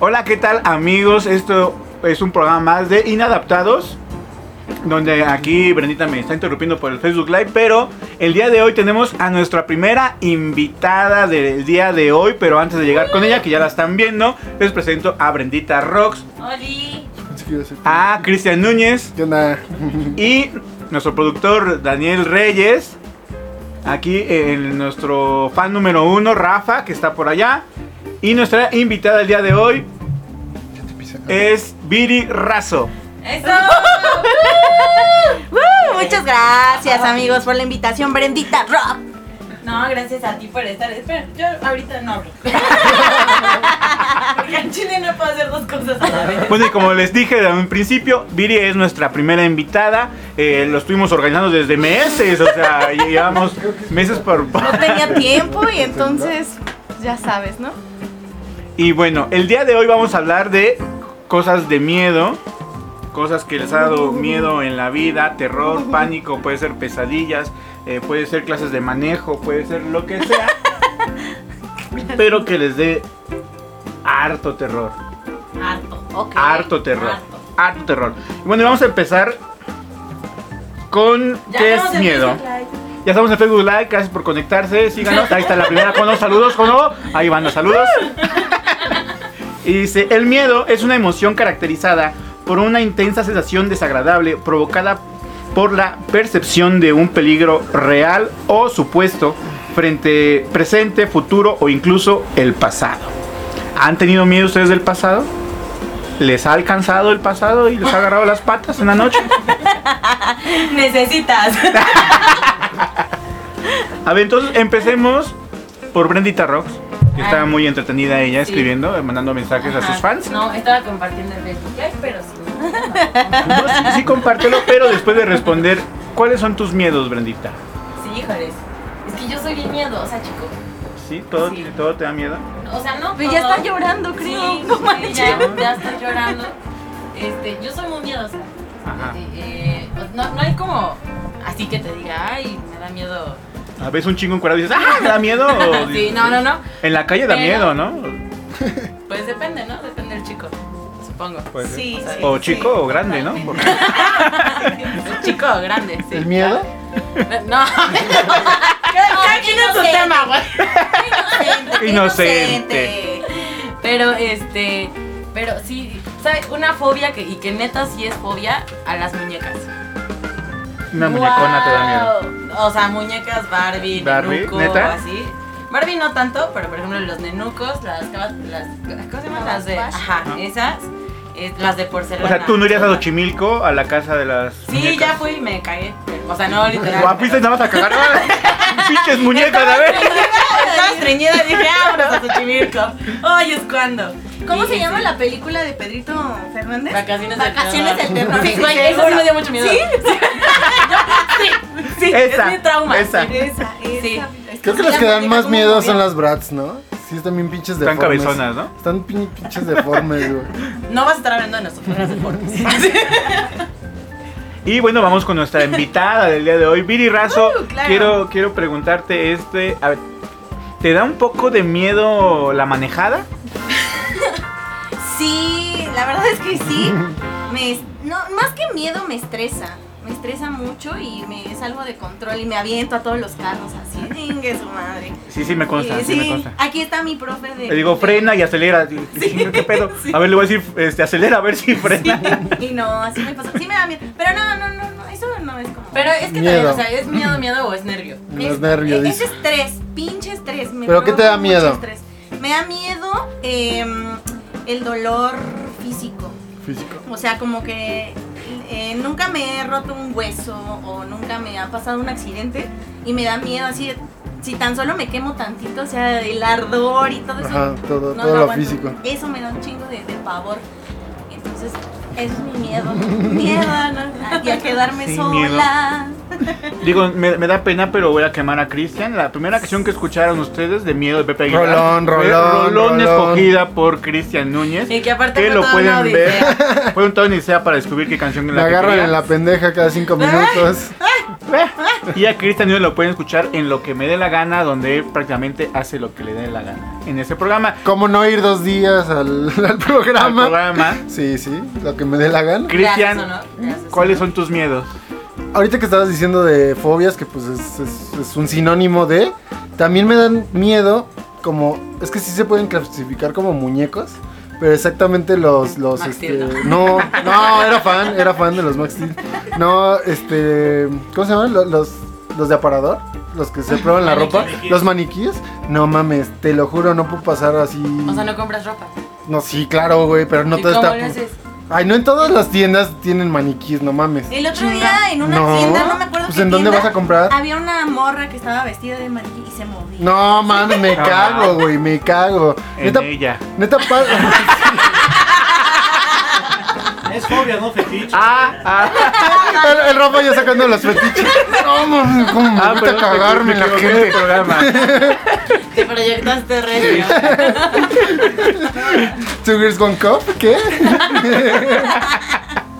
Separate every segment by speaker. Speaker 1: Hola, ¿qué tal amigos? Esto es un programa más de Inadaptados, donde aquí Brendita me está interrumpiendo por el Facebook Live, pero el día de hoy tenemos a nuestra primera invitada del día de hoy, pero antes de llegar con ella, que ya la están viendo, les presento a Brendita Rocks,
Speaker 2: Oli.
Speaker 1: a Cristian Núñez
Speaker 3: ¿Qué onda?
Speaker 1: y nuestro productor Daniel Reyes. Aquí en nuestro fan número uno, Rafa, que está por allá. Y nuestra invitada del día de hoy es Viri Razo.
Speaker 2: Eso.
Speaker 4: ¡Woo! Muchas gracias amigos por la invitación, Brendita Rock.
Speaker 2: No, gracias a ti por estar. Espera, yo ahorita no hablo. Porque en Chile no puedo hacer dos cosas a la vez.
Speaker 1: Bueno, y Pues como les dije desde un principio, Viri es nuestra primera invitada. Eh, lo estuvimos organizando desde meses, o sea, llevamos meses por...
Speaker 4: No tenía tiempo y entonces ya sabes, ¿no?
Speaker 1: Y bueno, el día de hoy vamos a hablar de cosas de miedo, cosas que les ha dado miedo en la vida, terror, pánico, puede ser pesadillas, eh, puede ser clases de manejo, puede ser lo que sea, pero que les dé harto terror,
Speaker 2: Harto.
Speaker 4: Ok.
Speaker 1: harto terror,
Speaker 2: harto.
Speaker 1: harto terror. Y bueno, y vamos a empezar con
Speaker 2: Ya
Speaker 1: qué
Speaker 2: estamos
Speaker 1: es
Speaker 2: en
Speaker 1: miedo.
Speaker 2: Facebook Live.
Speaker 1: Ya estamos en Facebook Live, gracias por conectarse, síganos. Ahí está la primera con los saludos, con los- Ahí van los saludos. Y dice, el miedo es una emoción caracterizada por una intensa sensación desagradable provocada por la percepción de un peligro real o supuesto frente presente, futuro o incluso el pasado. ¿Han tenido miedo ustedes del pasado? ¿Les ha alcanzado el pasado y les ha agarrado las patas en la noche?
Speaker 2: Necesitas.
Speaker 1: A ver, entonces empecemos por Brendita Rocks, que
Speaker 2: Ah.
Speaker 1: estaba muy entretenida ella
Speaker 2: Sí.
Speaker 1: escribiendo, eh, mandando mensajes a
Speaker 2: Ajá.
Speaker 1: sus fans.
Speaker 2: No, estaba compartiendo el Facebook Live, pero sí.
Speaker 1: No, sí, sí, compártelo, pero después de responder, ¿cuáles son tus miedos, Brendita?
Speaker 2: Sí, híjoles. Es que yo soy bien miedo, o sea, chico.
Speaker 1: ¿Sí? ¿Todo,
Speaker 2: Sí.
Speaker 1: ¿todo te da miedo?
Speaker 2: O sea, no.
Speaker 4: Pero Pues ya
Speaker 2: todo.
Speaker 4: está llorando, creo.
Speaker 2: Sí,
Speaker 4: No
Speaker 2: sí,
Speaker 4: manches.
Speaker 2: ya, ya está llorando. Este, yo soy muy miedosa.
Speaker 1: Ajá.
Speaker 2: Eh, eh, no, no hay como así que te diga, ay, me da miedo.
Speaker 1: A veces Ah, un chingo encuadrado y dices, ¡ah! ¿Me da miedo? O
Speaker 2: Sí,
Speaker 1: dices,
Speaker 2: no, no, no.
Speaker 1: En la calle da
Speaker 2: Pero-
Speaker 1: miedo, ¿no?
Speaker 2: Pues depende, ¿no? Depende del chico, supongo.
Speaker 1: Puede ser.
Speaker 4: Sí, sí.
Speaker 1: O chico o grande, ¿no? Porque-
Speaker 2: El chico grande, sí.
Speaker 3: ¿El miedo?
Speaker 2: No. Cada quien en su
Speaker 4: Inocente.
Speaker 2: tema, güey.
Speaker 4: Inocente.
Speaker 1: Inocente.
Speaker 2: Pero este, pero sí, ¿sabes? Una fobia que, y que neta sí es fobia a las muñecas.
Speaker 1: Una muñecona te da miedo.
Speaker 2: miedo. O sea, muñecas Barbie,
Speaker 1: Barbie,
Speaker 2: nenuco,
Speaker 1: ¿neta?
Speaker 2: así. Barbie no tanto, pero por ejemplo los nenucos, las cabas- las ¿cómo se llaman? Las de,
Speaker 4: Wash.
Speaker 2: ajá,
Speaker 1: Ajá.
Speaker 2: esas, eh, las de porcelana.
Speaker 1: O sea, tú no irías a Xochimilco a la casa de las.
Speaker 2: Sí, ya fui y me cagué. O sea, no literal.
Speaker 1: Guapiste, nada más a cagar. Pinches muñecas, a ver.
Speaker 2: Estaba estreñida y dije, vámonos a Xochimilco. Hoy es cuando.
Speaker 4: ¿Cómo
Speaker 2: Y,
Speaker 4: se llama
Speaker 2: sí,
Speaker 4: la película de Pedrito Fernández?
Speaker 2: Vacaciones del
Speaker 4: Vacaciones del
Speaker 2: terror.
Speaker 4: terror.
Speaker 2: Sí, güey, eso sí me dio mucho miedo.
Speaker 4: Sí,
Speaker 2: Sí, sí,
Speaker 1: Esa,
Speaker 2: es mi trauma.
Speaker 1: esa.
Speaker 2: sí.
Speaker 4: esa, esa.
Speaker 2: Sí.
Speaker 4: Es
Speaker 3: Creo que
Speaker 4: sí,
Speaker 3: las que
Speaker 4: la
Speaker 3: dan
Speaker 4: muñeca
Speaker 3: más
Speaker 4: como
Speaker 3: miedo
Speaker 4: movía.
Speaker 3: son las brats, ¿no? Sí, están bien pinches
Speaker 1: Están
Speaker 3: deformes.
Speaker 1: cabezonas, ¿no?
Speaker 3: Están pin- pinches deformes, güey.
Speaker 2: No vas a estar hablando de nosotros, gracias por
Speaker 1: Y bueno, vamos con nuestra invitada del día de hoy, Viri Razo.
Speaker 4: Uh, claro.
Speaker 1: Quiero quiero preguntarte este, a ver, ¿te da un poco de miedo la manejada?
Speaker 4: Sí, la verdad es que sí. Me es- no, más que miedo me estresa. Me estresa mucho y me salgo de control y me aviento a todos los carros así. Dingue su madre.
Speaker 1: Sí, sí me consta,
Speaker 4: Eh,
Speaker 1: sí, me consta.
Speaker 4: aquí está mi profe de.
Speaker 1: Le digo, frena y acelera. ¿Qué pedo? A ver, le voy a decir, este, acelera a ver si frena.
Speaker 4: Y no, así me pasa. Sí me da miedo. Pero no, no, no, no, eso no es como.
Speaker 2: Pero es que también,
Speaker 3: Miedo.
Speaker 2: o sea, ¿es miedo, miedo o es nervio?
Speaker 3: Los nervios,
Speaker 4: Es e,
Speaker 3: dice.
Speaker 4: estrés, pinche estrés. me
Speaker 3: ¿Pero qué te da
Speaker 4: provoca mucho
Speaker 3: miedo?
Speaker 4: estrés. Me da miedo em, el dolor físico.
Speaker 3: Físico.
Speaker 4: O sea, como que eh, nunca me he roto un hueso o nunca me ha pasado un accidente y me da miedo así, si tan solo me quemo tantito, o sea, el ardor y todo eso.
Speaker 3: Ajá, todo,
Speaker 4: Ah, no
Speaker 3: todo lo
Speaker 4: aguanto.
Speaker 3: físico.
Speaker 4: Eso me da un chingo de, de pavor. Entonces, eso es mi miedo. miedo ¿no? Y a quedarme
Speaker 1: Sí, miedo.
Speaker 4: sola.
Speaker 1: Digo, me, me da pena, pero voy a quemar a Cristian. La primera canción que escucharon ustedes de miedo de Pepe Aguilar.
Speaker 3: Rolón,
Speaker 1: fue
Speaker 3: rolón, rolón.
Speaker 1: escogida por Cristian Núñez.
Speaker 2: Y que aparte
Speaker 1: Que
Speaker 2: fue
Speaker 1: lo
Speaker 2: toda una
Speaker 1: pueden ver.
Speaker 2: odisea.
Speaker 1: Fue un todo sea para descubrir qué canción
Speaker 3: Me
Speaker 1: la que
Speaker 3: agarran
Speaker 1: quería.
Speaker 3: en la pendeja cada cinco minutos.
Speaker 1: Y a Cristian Newell lo pueden escuchar en Lo que me dé la gana, donde él prácticamente hace lo que le dé la gana. En ese programa.
Speaker 3: ¿Cómo no ir dos días al, al
Speaker 1: Al
Speaker 3: programa?
Speaker 1: programa.
Speaker 3: Sí, sí, lo que me dé la gana.
Speaker 2: Te
Speaker 1: Cristian,
Speaker 2: haces honor, te haces
Speaker 1: ¿cuáles
Speaker 2: honor.
Speaker 1: son tus miedos?
Speaker 3: Ahorita que estabas diciendo de fobias, que pues es, es- es un sinónimo de, también me dan miedo como, es que sí se pueden clasificar como muñecos, pero exactamente los, los,
Speaker 2: Max
Speaker 3: este,
Speaker 2: Steel,
Speaker 3: no, no, era fan, era fan de los Max Steel. no, este, ¿cómo se llaman? Lo- Los, los de aparador, los que se prueban la ropa,
Speaker 2: Maniquíes.
Speaker 3: los maniquíes, no mames, te lo juro, no puedo pasar así,
Speaker 2: O sea, no compras ropa.
Speaker 3: no, sí, claro, güey, pero no
Speaker 2: ¿Y
Speaker 3: todo
Speaker 2: cómo
Speaker 3: está,
Speaker 2: le haces?
Speaker 3: ay, no en todas las tiendas tienen maniquíes, no mames.
Speaker 4: El otro día en una
Speaker 3: No.
Speaker 4: tienda, no me acuerdo
Speaker 3: Pues
Speaker 4: qué
Speaker 3: en dónde
Speaker 4: tienda,
Speaker 3: vas a comprar.
Speaker 4: Había una morra que estaba vestida de maniquí y se movía.
Speaker 3: No, mames, me
Speaker 1: No,
Speaker 3: cago,
Speaker 1: mames.
Speaker 3: güey, me cago.
Speaker 1: En
Speaker 3: Neta,
Speaker 1: ella.
Speaker 3: neta pa-
Speaker 5: Es fobia, no fetiche.
Speaker 1: Ah, ah,
Speaker 3: el, el Rafa ya sacando los fetiches. No, mames, cómo me
Speaker 1: ah,
Speaker 3: gusta
Speaker 1: perdón,
Speaker 3: cagarme
Speaker 1: me
Speaker 3: en la
Speaker 1: equivoqué de
Speaker 3: gente.
Speaker 1: programa.
Speaker 2: Te proyectaste recio.
Speaker 3: ¿Two Girls One Cup? ¿Qué?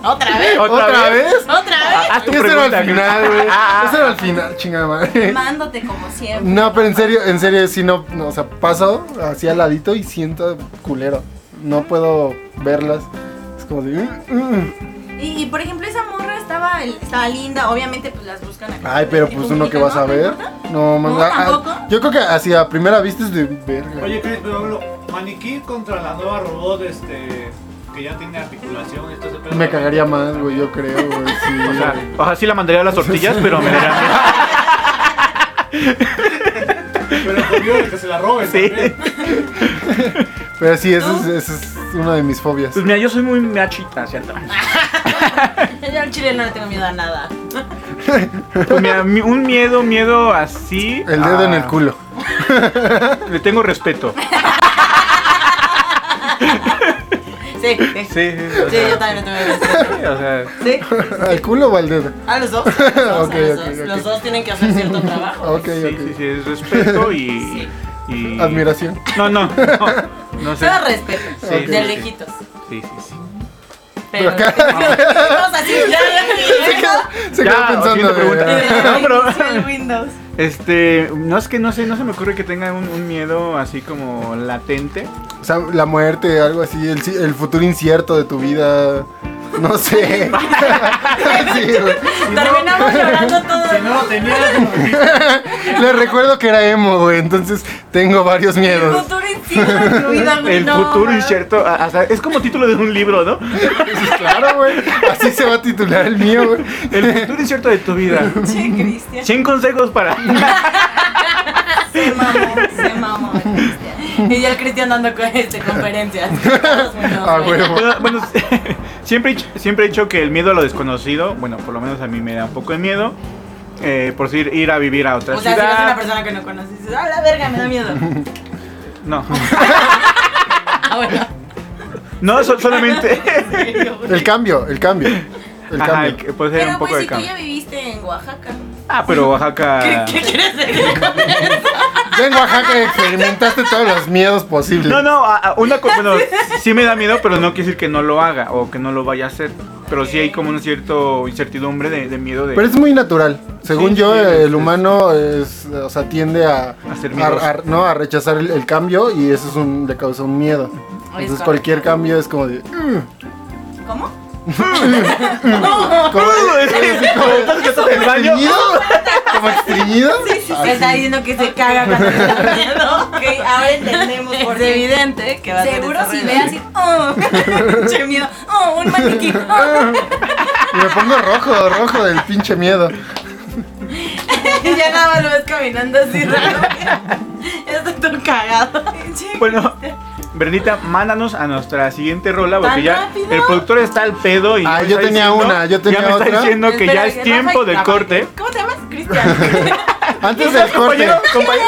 Speaker 4: ¿Otra vez?
Speaker 3: ¿Otra, vez?
Speaker 4: ¿Otra vez?
Speaker 1: Ah, tu
Speaker 3: Eso era
Speaker 1: pregunta,
Speaker 3: al final, güey.
Speaker 1: Ah, ah,
Speaker 3: Eso era al final, chingada madre.
Speaker 4: Mándote como siempre.
Speaker 3: eh. No, pero en serio, en serio, si no, no, o sea, paso así al ladito y siento culero. No puedo verlas. Es como de. "Mm, mm".
Speaker 4: Y, y, por ejemplo, esa morra estaba, estaba linda. Obviamente, pues las buscan acá.
Speaker 3: Ay, pero pues uno que vas a
Speaker 4: ¿No te
Speaker 3: ver.
Speaker 4: importa?
Speaker 3: No, mames.
Speaker 4: No,
Speaker 3: ah,
Speaker 4: tampoco.
Speaker 3: Yo creo que así a primera vista es de verga.
Speaker 5: Oye, Chris, pero lo- maniquí contra la nueva robot, este. Que ya tiene articulación, esto se
Speaker 3: Me cagaría más, güey, yo creo, güey. Sí,
Speaker 1: O sea, o sea, sí la mandaría a las tortillas, pero me daría miedo.
Speaker 5: Pero conmigo de que se la roben.
Speaker 1: Sí.
Speaker 5: también.
Speaker 3: Pero sí, eso es, eso es una de mis fobias.
Speaker 1: Pues mira, yo soy muy machita, ¿cierto?
Speaker 2: Yo al chile no le tengo miedo a nada.
Speaker 1: Pues mira, mi- un miedo, miedo así.
Speaker 3: El dedo
Speaker 1: ah,
Speaker 3: en el culo.
Speaker 1: Le tengo respeto.
Speaker 2: Sí, sí.
Speaker 1: Sí, sí, sí, o
Speaker 2: Sí, yo
Speaker 1: sea,
Speaker 2: también le tengo
Speaker 1: sí,
Speaker 2: miedo a
Speaker 1: o sea,
Speaker 2: Sí.
Speaker 3: ¿Al culo o al dedo?
Speaker 2: A los dos. a los dos,
Speaker 3: Ok,
Speaker 2: a los,
Speaker 3: ok,
Speaker 2: dos.
Speaker 3: ok.
Speaker 2: los dos tienen que hacer cierto trabajo.
Speaker 3: Ok,
Speaker 1: sí,
Speaker 3: ok.
Speaker 1: sí, sí, es respeto y.
Speaker 2: Sí.
Speaker 1: y-
Speaker 3: Admiración.
Speaker 1: No, no, no. No sé.
Speaker 2: Solo respeto.
Speaker 1: Sí,
Speaker 2: de
Speaker 1: sí, sí.
Speaker 2: lejitos.
Speaker 1: Sí, sí, sí.
Speaker 2: Pero
Speaker 3: Pero acá-
Speaker 2: lejitos así, ya, ya, ya.
Speaker 3: Se
Speaker 1: Ya,
Speaker 3: quedó pensando.
Speaker 1: siguiente pregunta.
Speaker 3: güey.
Speaker 1: No, pero-
Speaker 4: Inicio del Windows.
Speaker 1: Este, no es que no sé, no se me ocurre que tenga un, un miedo así como latente.
Speaker 3: O sea, la muerte, algo así, el, si- el futuro incierto de tu vida. No sé. Sí, güey.
Speaker 2: Terminamos llorando todos.
Speaker 5: Si no lo tenías,
Speaker 3: Les recuerdo que era emo, güey, entonces tengo varios
Speaker 4: El
Speaker 3: miedos.
Speaker 4: futuro incierto de tu vida, güey.
Speaker 1: El
Speaker 4: no,
Speaker 1: futuro
Speaker 4: mames.
Speaker 1: incierto. a- hasta- es como título de un libro, ¿no?
Speaker 3: Claro, güey. Así se va a titular el mío, güey.
Speaker 1: El futuro incierto de tu vida.
Speaker 4: Che, Cristian.
Speaker 1: 100 consejos para.
Speaker 4: Se mamó, se mamó. Cristian.
Speaker 2: Y ya el Cristian dando co- este, conferencias.
Speaker 3: Ah, huevo.
Speaker 1: Bueno, bueno, siempre, he dicho- siempre he dicho que el miedo a lo desconocido, bueno, por lo menos a mí me da un poco de miedo. eh, por si ir, ir a vivir a otra
Speaker 2: O sea, si
Speaker 1: ciudad.
Speaker 2: vas a una persona que no conoces, dices, ah, la verga, me da miedo.
Speaker 1: No,
Speaker 2: Ah, bueno.
Speaker 1: no, so- solamente.
Speaker 3: El cambio, el cambio. El
Speaker 1: Ajá,
Speaker 3: cambio.
Speaker 1: que puede ser un
Speaker 4: Pero
Speaker 1: poco
Speaker 4: pues si
Speaker 1: de
Speaker 4: tú
Speaker 1: cambio.
Speaker 4: ya viviste en Oaxaca.
Speaker 1: Ah, pero Oaxaca.
Speaker 2: pues, ¿Qué quieres decir?
Speaker 3: Ya en Oaxaca experimentaste todos los miedos posibles.
Speaker 1: No, no, a- a- una cosa, bueno, sí me da miedo, pero no quiere decir que no lo haga o que no lo vaya a hacer. Pero sí hay como una cierta incertidumbre de, de miedo de...
Speaker 3: Pero es muy natural. Según
Speaker 1: Sí,
Speaker 3: yo,
Speaker 1: sí,
Speaker 3: el
Speaker 1: es-
Speaker 3: humano es, o sea, tiende a,
Speaker 1: A ser miedoso.
Speaker 3: a- a- no, a rechazar el, el cambio y eso es un, le causa un miedo. Entonces
Speaker 2: correcto.
Speaker 3: cualquier cambio es como de...
Speaker 4: ¿Cómo?
Speaker 3: Como,
Speaker 1: ¿Estás en el baño?
Speaker 3: ¿Estreñido? ¿Como extreñido?
Speaker 2: Me está diciendo que se caga cuando le da miedo.
Speaker 4: Ok, ahora entendemos por
Speaker 2: Es
Speaker 4: qué.
Speaker 2: evidente que va a ser
Speaker 4: Seguro
Speaker 2: esa
Speaker 4: si
Speaker 2: regla.
Speaker 4: ve así, oh, che miedo, oh, un maniquí, oh,
Speaker 3: Y me pongo rojo, rojo del pinche miedo.
Speaker 2: Y ya nada más lo ves caminando así raro. Ya está todo cagado.
Speaker 4: che,
Speaker 1: Bueno, Bernita, mándanos a nuestra siguiente rola
Speaker 2: ¿Tan
Speaker 1: porque ya
Speaker 2: rápido?
Speaker 1: el productor está al pedo y...
Speaker 3: Ah,
Speaker 1: me
Speaker 3: yo
Speaker 1: está
Speaker 3: tenía una, yo tenía
Speaker 1: Ya me
Speaker 3: otra.
Speaker 1: está diciendo que
Speaker 2: Espera,
Speaker 1: ya es
Speaker 2: Rafa,
Speaker 1: tiempo del
Speaker 2: Rafa,
Speaker 1: corte.
Speaker 2: ¿Cómo te llamas? Cristian.
Speaker 3: Antes del corte.
Speaker 1: Compañero,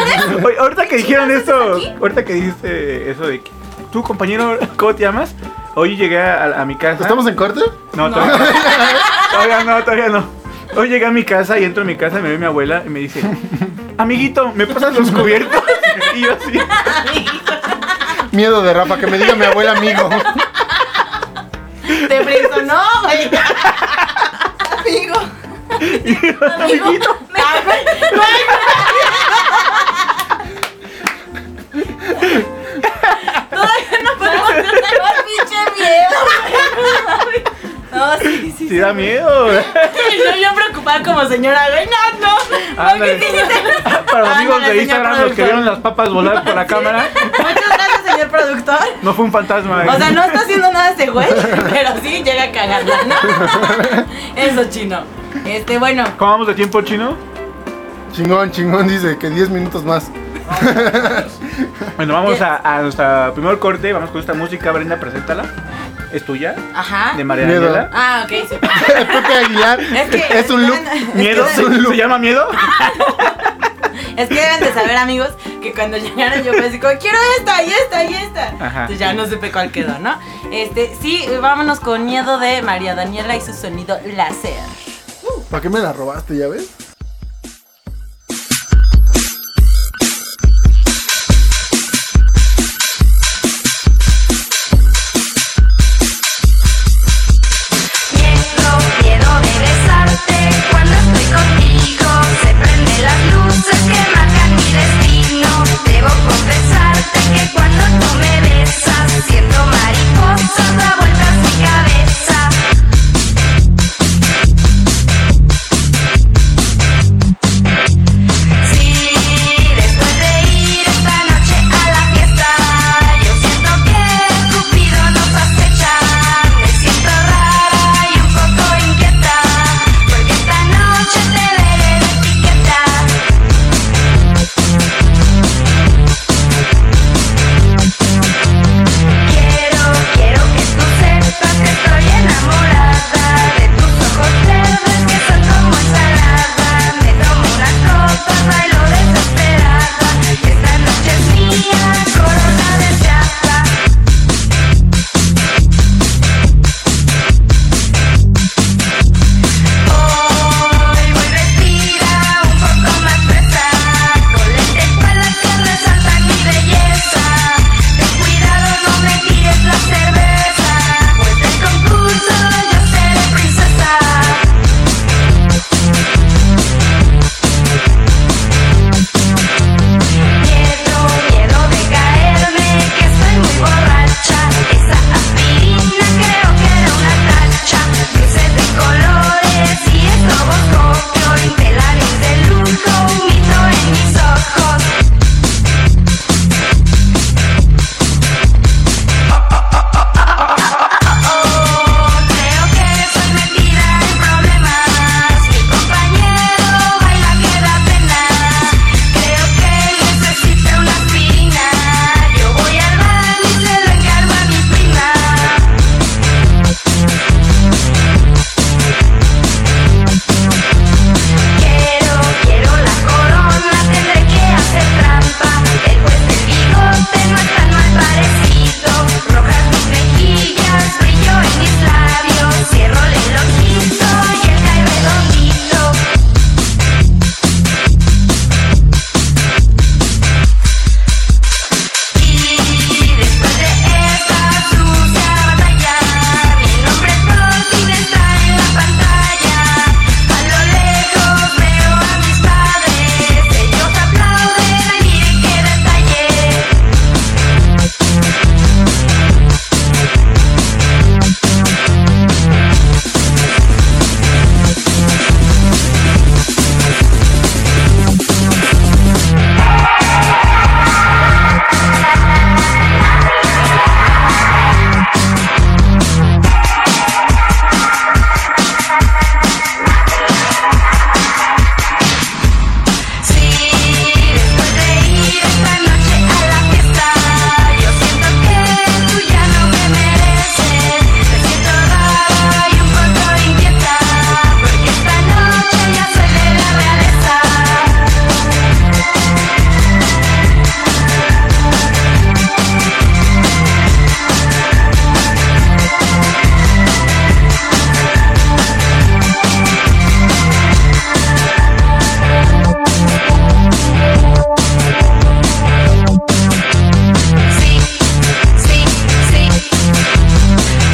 Speaker 1: compañero, oye, ahorita que dijeron
Speaker 4: haces
Speaker 1: esto,
Speaker 4: aquí?
Speaker 1: ahorita que dijiste eso de que... Tú, compañero, ¿cómo te llamas? Hoy llegué a, a mi casa.
Speaker 3: ¿Estamos en corte?
Speaker 1: No, Todavía, no. todavía no, todavía no. Hoy llegué a mi casa y entro a mi casa, me ve mi abuela y me dice, amiguito, ¿me pasas los cubiertos? Y yo así,
Speaker 3: Miedo de Rafa, que me diga mi abuela amigo.
Speaker 2: Te briso, no, güey.
Speaker 4: amigo,
Speaker 1: amiguito,
Speaker 4: me
Speaker 1: da miedo.
Speaker 2: yo, yo preocupada como señora, güey, no, no.
Speaker 1: Ándale. Para los amigos
Speaker 2: Ándale,
Speaker 1: de
Speaker 2: señor
Speaker 1: Instagram, los que
Speaker 2: productor.
Speaker 1: vieron las papas volar por la cámara,
Speaker 2: Muchas gracias, señor productor.
Speaker 1: no fue un fantasma.
Speaker 2: O sea,
Speaker 1: eh.
Speaker 2: no está haciendo nada este güey, pero sí llega a cagarla, ¿no? Eso, chino. Este, bueno,
Speaker 1: ¿Cómo vamos de tiempo chino?
Speaker 3: Chingón, chingón, dice que 10 minutos más.
Speaker 1: Bueno, vamos a, a nuestro primer corte. Vamos con esta música. Brenda, preséntala. Es tuya,
Speaker 2: ajá.
Speaker 1: de María
Speaker 3: Miedo.
Speaker 1: Daniela.
Speaker 2: Ah, ok, sí.
Speaker 3: Pepe Aguilar
Speaker 2: Es que-
Speaker 3: es un look.
Speaker 1: ¿Miedo?
Speaker 3: Es un
Speaker 1: ¿Se
Speaker 3: look.
Speaker 1: llama miedo?
Speaker 2: Es que deben de saber, amigos, que cuando llegaron yo pensé como, quiero esta, y esta, y esta.
Speaker 1: Ajá.
Speaker 2: Entonces ya no supe cuál quedó, ¿no? Este, sí, vámonos con miedo de María Daniela y su sonido láser.
Speaker 3: ¿Para qué me la robaste, ya ves?
Speaker 6: Miedo, miedo de besarte Cuando estoy contigo se prenden las luces que marcan mi destino Debo confesarte que cuando tú me besas Siento mariposas da vueltas mi cabeza Sí, después de ir esta noche a la fiesta Yo siento que Cupido nos acecha Me siento rara y un poco inquieta Porque esta noche te veré de etiqueta Quiero, quiero que tú sepas que estoy enamorada De tus ojos verdes que son como ensalada Me tomo una copa, bailo desesperada Esta noche es mía, corona de plata Hoy voy vestida un poco más presa Con lentes palas que resaltan mi belleza Ten cuidado, no me tires la cerveza Pues del concurso yo seré princesa Miedo, miedo de caerme, que estoy muy borracha Esa aspirina creo que era una tacha Luces de colores y es roboscopio Telares de lujo, un mito en mis ojos Oh, Creo que soy metida en problemas Mi compañero baila que da pena Creo que necesita una aspirina Yo voy al bar y se lo encargo a mi prima Quiero, quiero la corona, tendré que hacer trampa El juez del bigote no es tan mal parecido Rojas mis mejillas, brillo en mis labios Cierro el ojito y él cae redondito Y después de esta sucia batalla, mi nombre Tolkien está en la pantalla. A lo lejos veo a mis padres, ellos aplauden, ay miren qué detalle. Sí, después de ir esta noche a la fiesta Yo siento que tú ya no me mereces Me siento rara y un poco inquieta Porque esta noche ya soy de la realeza Sí, sí,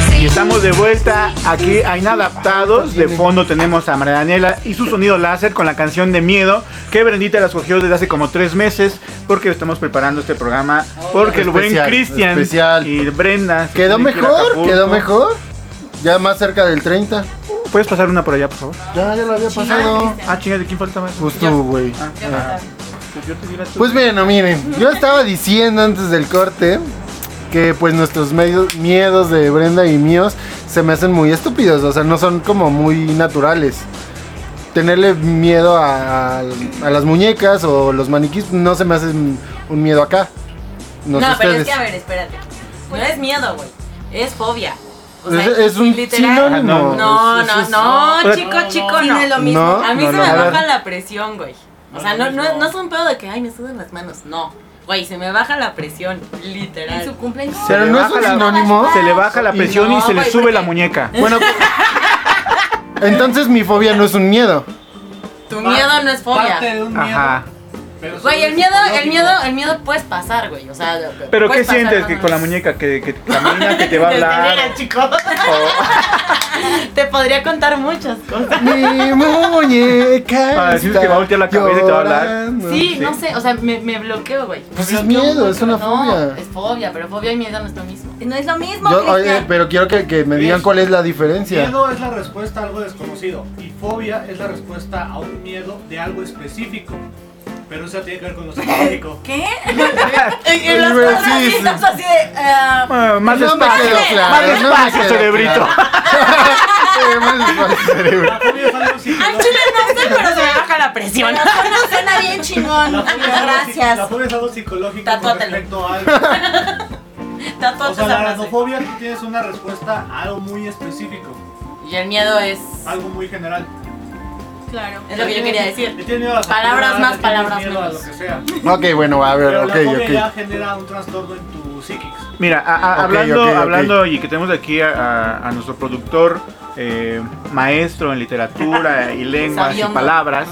Speaker 6: sí
Speaker 1: Y estamos de vuelta aquí a Inadaptados. De fondo tenemos a María Daniela y su sonido láser con la canción de Miedo, que Brendita la escogió desde hace como tres meses, porque estamos preparando este programa, porque el buen
Speaker 3: Especial,
Speaker 1: Cristian
Speaker 3: especial.
Speaker 1: y Brenda... se
Speaker 3: ¿Quedó
Speaker 1: tienen que ir a
Speaker 3: mejor?
Speaker 1: Acapulco.
Speaker 3: ¿Quedó mejor? Ya más cerca del 30.
Speaker 1: puedes pasar una por allá, por favor?
Speaker 3: Ya, ya lo había pasado.
Speaker 1: Ah, chinga, ¿de quién falta más?
Speaker 3: Pues tú, güey.
Speaker 1: Ah,
Speaker 2: Ya
Speaker 1: ah.
Speaker 2: pasaron.
Speaker 1: Pues yo te diría tú.
Speaker 3: Pues miren, no, miren, yo estaba diciendo antes del corte que pues nuestros medios, miedos de Brenda y míos se me hacen muy estúpidos, o sea, no son como muy naturales. Tenerle miedo a, a- a las muñecas o los maniquís no se me hacen un miedo acá. No,
Speaker 2: No,
Speaker 3: sé
Speaker 2: pero es
Speaker 3: ustedes.
Speaker 2: que a ver, espérate. No es miedo, güey. Es fobia. O sea,
Speaker 3: es, es un
Speaker 2: literal.
Speaker 1: Ah,
Speaker 3: sinónimo.
Speaker 2: No,
Speaker 3: Es-
Speaker 2: no,
Speaker 3: es-
Speaker 2: no,
Speaker 1: Pero-
Speaker 2: chico, chico,
Speaker 4: Sí, no es
Speaker 2: no.
Speaker 4: lo mismo.
Speaker 3: No.
Speaker 2: A mí se
Speaker 3: no,
Speaker 2: me
Speaker 3: a ver.
Speaker 2: baja la presión, güey. O sea, no, no, no es un pedo de que, ay, me sudan las manos. No. Güey, se me baja la presión,
Speaker 4: En
Speaker 2: literal.
Speaker 4: su cumpleaños.
Speaker 1: Se
Speaker 3: Pero
Speaker 1: le
Speaker 3: no es
Speaker 1: baja
Speaker 3: un
Speaker 1: la-
Speaker 3: sinónimo.
Speaker 1: Se le baja la
Speaker 3: Y
Speaker 1: presión y,
Speaker 2: no,
Speaker 1: se le
Speaker 2: güey,
Speaker 1: sube la
Speaker 2: porque- pues,
Speaker 1: muñeca.
Speaker 3: Bueno, entonces mi fobia no es un miedo.
Speaker 2: Tu miedo no es
Speaker 5: Parte
Speaker 2: fobia.
Speaker 5: de un miedo.
Speaker 1: Ajá.
Speaker 5: pero
Speaker 2: Güey,
Speaker 5: solo
Speaker 2: el
Speaker 5: es
Speaker 2: miedo, el
Speaker 5: psicológico.
Speaker 2: miedo, el miedo puedes pasar, güey. O sea,
Speaker 1: ¿Pero qué
Speaker 2: puedes pasar
Speaker 1: sientes que
Speaker 2: más o
Speaker 1: con la
Speaker 2: menos.
Speaker 1: muñeca que, que camina, que te va a
Speaker 2: Desde
Speaker 1: hablar?
Speaker 2: veras, chico. Te podría contar muchas cosas.
Speaker 3: Mi muñeca.
Speaker 1: Para decirte que va a voltear la cabeza y te va a hablar.
Speaker 3: llorando.
Speaker 2: Sí,
Speaker 1: sí.
Speaker 2: no sé, o sea, me, me bloqueo, güey.
Speaker 3: Pues es miedo, es una
Speaker 2: No,
Speaker 3: fobia.
Speaker 2: es fobia, pero fobia y miedo no es lo mismo.
Speaker 4: No es lo mismo,
Speaker 3: Yo- oye,
Speaker 4: Cristian.
Speaker 3: pero quiero que, que me digan cuál es la diferencia.
Speaker 5: Miedo es la respuesta a algo desconocido y fobia es la respuesta a un miedo de algo específico. Pero eso tiene que ver con lo psicológico.
Speaker 4: ¿Qué?
Speaker 2: Y
Speaker 3: las Sí, cosas sí, sí.
Speaker 4: Estás así de. ah,
Speaker 1: Ah, más
Speaker 3: No me
Speaker 1: despacio.
Speaker 3: quedó claro,
Speaker 1: más
Speaker 3: no me
Speaker 1: despacio,
Speaker 3: quedó
Speaker 1: cerebrito.
Speaker 3: Eh, más despacio, cerebro.
Speaker 5: La fobia es algo
Speaker 2: Al
Speaker 5: psicológico.
Speaker 2: chile no sé, pero se me baja la presión.
Speaker 4: pero suena- suena bien chingón.
Speaker 5: La fobia es algo psi- La
Speaker 4: Gracias.
Speaker 5: fobia es algo psicológico con
Speaker 2: Tatúatelo.
Speaker 5: respecto a algo.
Speaker 2: Tatuaje
Speaker 5: O sea,
Speaker 2: esa
Speaker 5: la
Speaker 2: frase.
Speaker 5: aracnofobia tú tienes una respuesta a algo muy específico,
Speaker 2: Y el miedo es.
Speaker 5: algo muy general.
Speaker 4: Claro.
Speaker 2: Es lo que yo quería decir.
Speaker 5: Le tienes miedo a las
Speaker 2: Palabras
Speaker 5: alturas,
Speaker 2: más,
Speaker 5: le tienes
Speaker 2: palabras
Speaker 5: miedo a
Speaker 2: menos.
Speaker 5: lo que sea.
Speaker 3: Ok, bueno, va, a ver,
Speaker 5: Pero la fobia ya
Speaker 3: ok,
Speaker 5: genera un trastorno en tu psiquis.
Speaker 1: Mira, a- a-
Speaker 3: Ok,
Speaker 1: hablando,
Speaker 3: ok, ok.
Speaker 1: hablando y que tenemos aquí a, a- a nuestro productor, eh, maestro en literatura y lenguas y
Speaker 2: Sabiondo.
Speaker 1: palabras,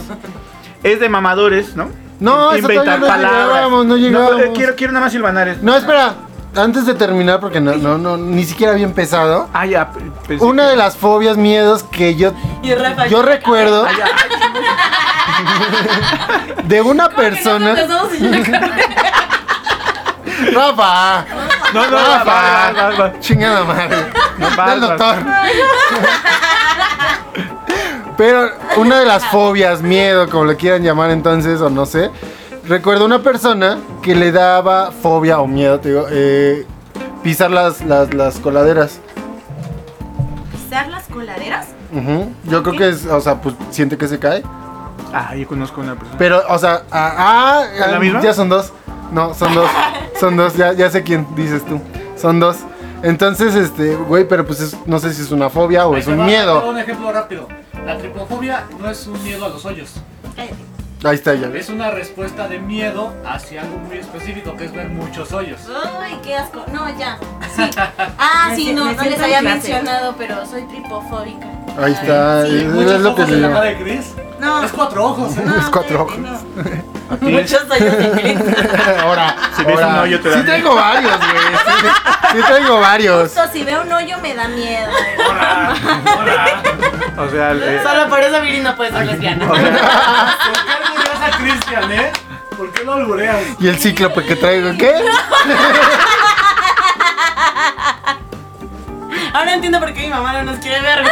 Speaker 1: es de mamadores, ¿no?
Speaker 3: ok. No, eso todavía no llegábamos,
Speaker 1: No,
Speaker 3: no llegábamos.
Speaker 1: eh, quiero, quiero nada más silvanar esto.
Speaker 3: No, espera, antes de terminar, porque no, no, no, ni siquiera había empezado.
Speaker 1: Ah, ya, p- pensé
Speaker 3: Una
Speaker 1: que-
Speaker 3: de las fobias, miedos que yo,
Speaker 2: Y Rafa.
Speaker 3: yo recuerdo
Speaker 1: Ah, ya,
Speaker 3: de una
Speaker 2: ¿Cómo que no
Speaker 3: persona.
Speaker 2: empezamos y ya acabamos?
Speaker 3: Rafa, Ah,
Speaker 1: No, no, va, va,
Speaker 3: Rafa,
Speaker 1: va, va.
Speaker 3: chingada madre.
Speaker 1: Va,
Speaker 3: del
Speaker 1: va.
Speaker 3: doctor. Pero una de las fobias, miedo, como lo quieran llamar entonces, o no sé. Recuerdo una persona que le daba fobia o miedo, te digo, eh, pisar las, las, las coladeras.
Speaker 4: ¿Pisar las coladeras?
Speaker 3: Ujú. Yo creo que es, o sea, pues siente que se cae.
Speaker 1: Ah, yo conozco una persona.
Speaker 3: Pero, o sea, ah, ah,
Speaker 1: ¿La
Speaker 3: ah,
Speaker 1: misma?
Speaker 3: ya son dos. No, son dos. Son dos, ya, ya sé quién dices tú. Son dos. Entonces, este, güey, pero pues es- no sé si es una fobia o
Speaker 5: Ahí
Speaker 3: Oh, es
Speaker 5: te
Speaker 3: un
Speaker 5: va,
Speaker 3: miedo.
Speaker 5: te doy un ejemplo rápido. La tripofobia no es un miedo a los hoyos.
Speaker 3: Ahí está, ya ves.
Speaker 5: Es una respuesta de miedo hacia algo muy específico, que es ver muchos hoyos.
Speaker 4: Uy, qué asco. No, ya. Sí. Ah,
Speaker 2: Me
Speaker 4: sí,
Speaker 2: si-
Speaker 4: no,
Speaker 2: me
Speaker 4: no
Speaker 2: siento
Speaker 4: les
Speaker 2: en
Speaker 4: había
Speaker 2: clase.
Speaker 4: mencionado, pero soy tripofóbica.
Speaker 3: Ahí está.
Speaker 4: Sí,
Speaker 3: es-
Speaker 5: Muchos
Speaker 3: es lo que
Speaker 5: ojos
Speaker 3: le
Speaker 5: en la
Speaker 3: digo.
Speaker 5: cara de Chris.
Speaker 4: No.
Speaker 5: Es cuatro ojos. ¿eh?
Speaker 4: no,
Speaker 3: Es cuatro
Speaker 4: espérate,
Speaker 3: ojos.
Speaker 4: no.
Speaker 1: ¿A ti?
Speaker 2: Muchos años de inglés.
Speaker 3: Ahora,
Speaker 1: Si ves
Speaker 3: ahora.
Speaker 1: un hoyo, te da
Speaker 3: Sí
Speaker 1: miedo.
Speaker 3: tengo varios, güey. Sí, sí tengo varios.
Speaker 4: Justo si veo un hoyo me da miedo. ¿verdad?
Speaker 5: Hola, hola.
Speaker 1: O sea, eh,
Speaker 2: Solo por eso Viri no puede ser lesbiana.
Speaker 1: o sea,
Speaker 5: ¿Por qué albureas a Cristian, eh? ¿Por qué lo albureas?
Speaker 3: Y el cíclope que traigo, ¿qué?
Speaker 2: Ahora entiendo por qué mi mamá no nos quiere ver.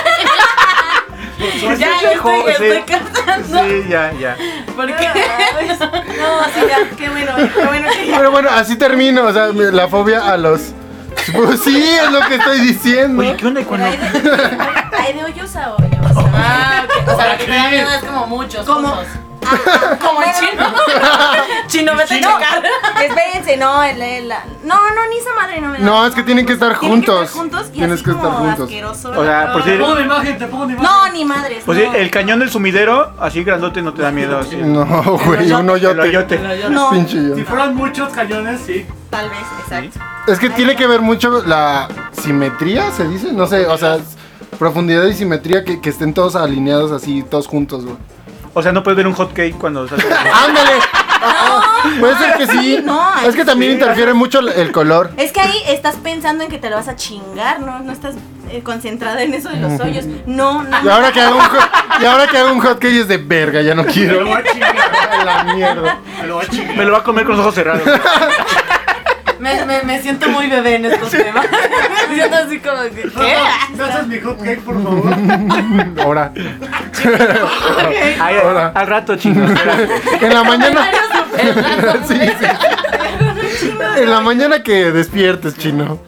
Speaker 2: güey.
Speaker 1: soy
Speaker 2: Ya,
Speaker 1: ese
Speaker 2: yo estoy,
Speaker 1: joven,
Speaker 2: estoy
Speaker 1: sí.
Speaker 2: cantando.
Speaker 1: sí, ya, ya.
Speaker 2: ¿Por qué?
Speaker 4: No, sí, ya. Qué bueno, qué bueno que ya.
Speaker 3: Pero bueno, así termino. O sea, me- la fobia a los. Pues sí, es lo que estoy diciendo.
Speaker 1: Oye, ¿qué onda
Speaker 4: Pero
Speaker 1: cuando
Speaker 4: hay de, hay de hoyos a hoyos.
Speaker 2: Ah, ok. O sea, lo que te da miedo es como muchos.
Speaker 4: Como-
Speaker 2: juntos. Como el chino. Chino, vete a checar.
Speaker 4: Espérense, no, el- el- la- no, no, ni esa madre no me da.
Speaker 3: No, es que tienen que estar
Speaker 4: Tienen que estar
Speaker 3: juntos.
Speaker 4: juntos y
Speaker 3: Tienes
Speaker 4: así
Speaker 3: que estar
Speaker 4: como
Speaker 3: juntos.
Speaker 4: asqueroso,
Speaker 1: O sea,
Speaker 3: Ah,
Speaker 4: ¿no?
Speaker 1: por si-
Speaker 5: Te pongo una imagen, te pongo una imagen.
Speaker 4: No, ni madres.
Speaker 1: Pues sí,
Speaker 4: no.
Speaker 1: el cañón del sumidero, así grandote, no te da miedo. Así.
Speaker 3: No, güey, un
Speaker 1: El
Speaker 3: hoyote.
Speaker 1: hoyote.
Speaker 4: No,
Speaker 3: Pinche
Speaker 5: Si
Speaker 3: hoyote.
Speaker 5: fueran muchos cañones, sí.
Speaker 4: tal vez, exacto.
Speaker 3: Es que tiene que ver mucho la simetría, se dice. No sé, o sea, es profundidad y simetría que, que estén todos alineados así, todos juntos, güey.
Speaker 1: O sea, no puedes ver un hot cake cuando sales.
Speaker 3: ¡Ándale! Ah, ah, Puede ser que sí.
Speaker 4: No,
Speaker 3: es que también
Speaker 1: sí.
Speaker 3: interfiere mucho el color.
Speaker 4: Es que ahí estás pensando en que te lo vas a chingar, ¿no? No estás eh, concentrada en eso de los hoyos. No, no.
Speaker 3: Y ahora que hago un hot, y ahora que hago un hot cake es de verga, ya no
Speaker 5: Me lo
Speaker 3: quiero.
Speaker 5: voy a chingar.
Speaker 3: A la mierda.
Speaker 5: Me lo voy a chingar.
Speaker 1: Me lo va a comer con los ojos cerrados.
Speaker 2: Me, me, me siento muy bebé en estos temas. Me siento así como que. ¿Qué?
Speaker 5: ¿Me haces mi hot cake, por favor?
Speaker 3: Ahora.
Speaker 1: Ay,
Speaker 3: Hola.
Speaker 1: al rato, chicos. espérate.
Speaker 3: En la mañana.
Speaker 2: Era súper random,
Speaker 3: Sí, sí. En la mañana que despiertes, chino.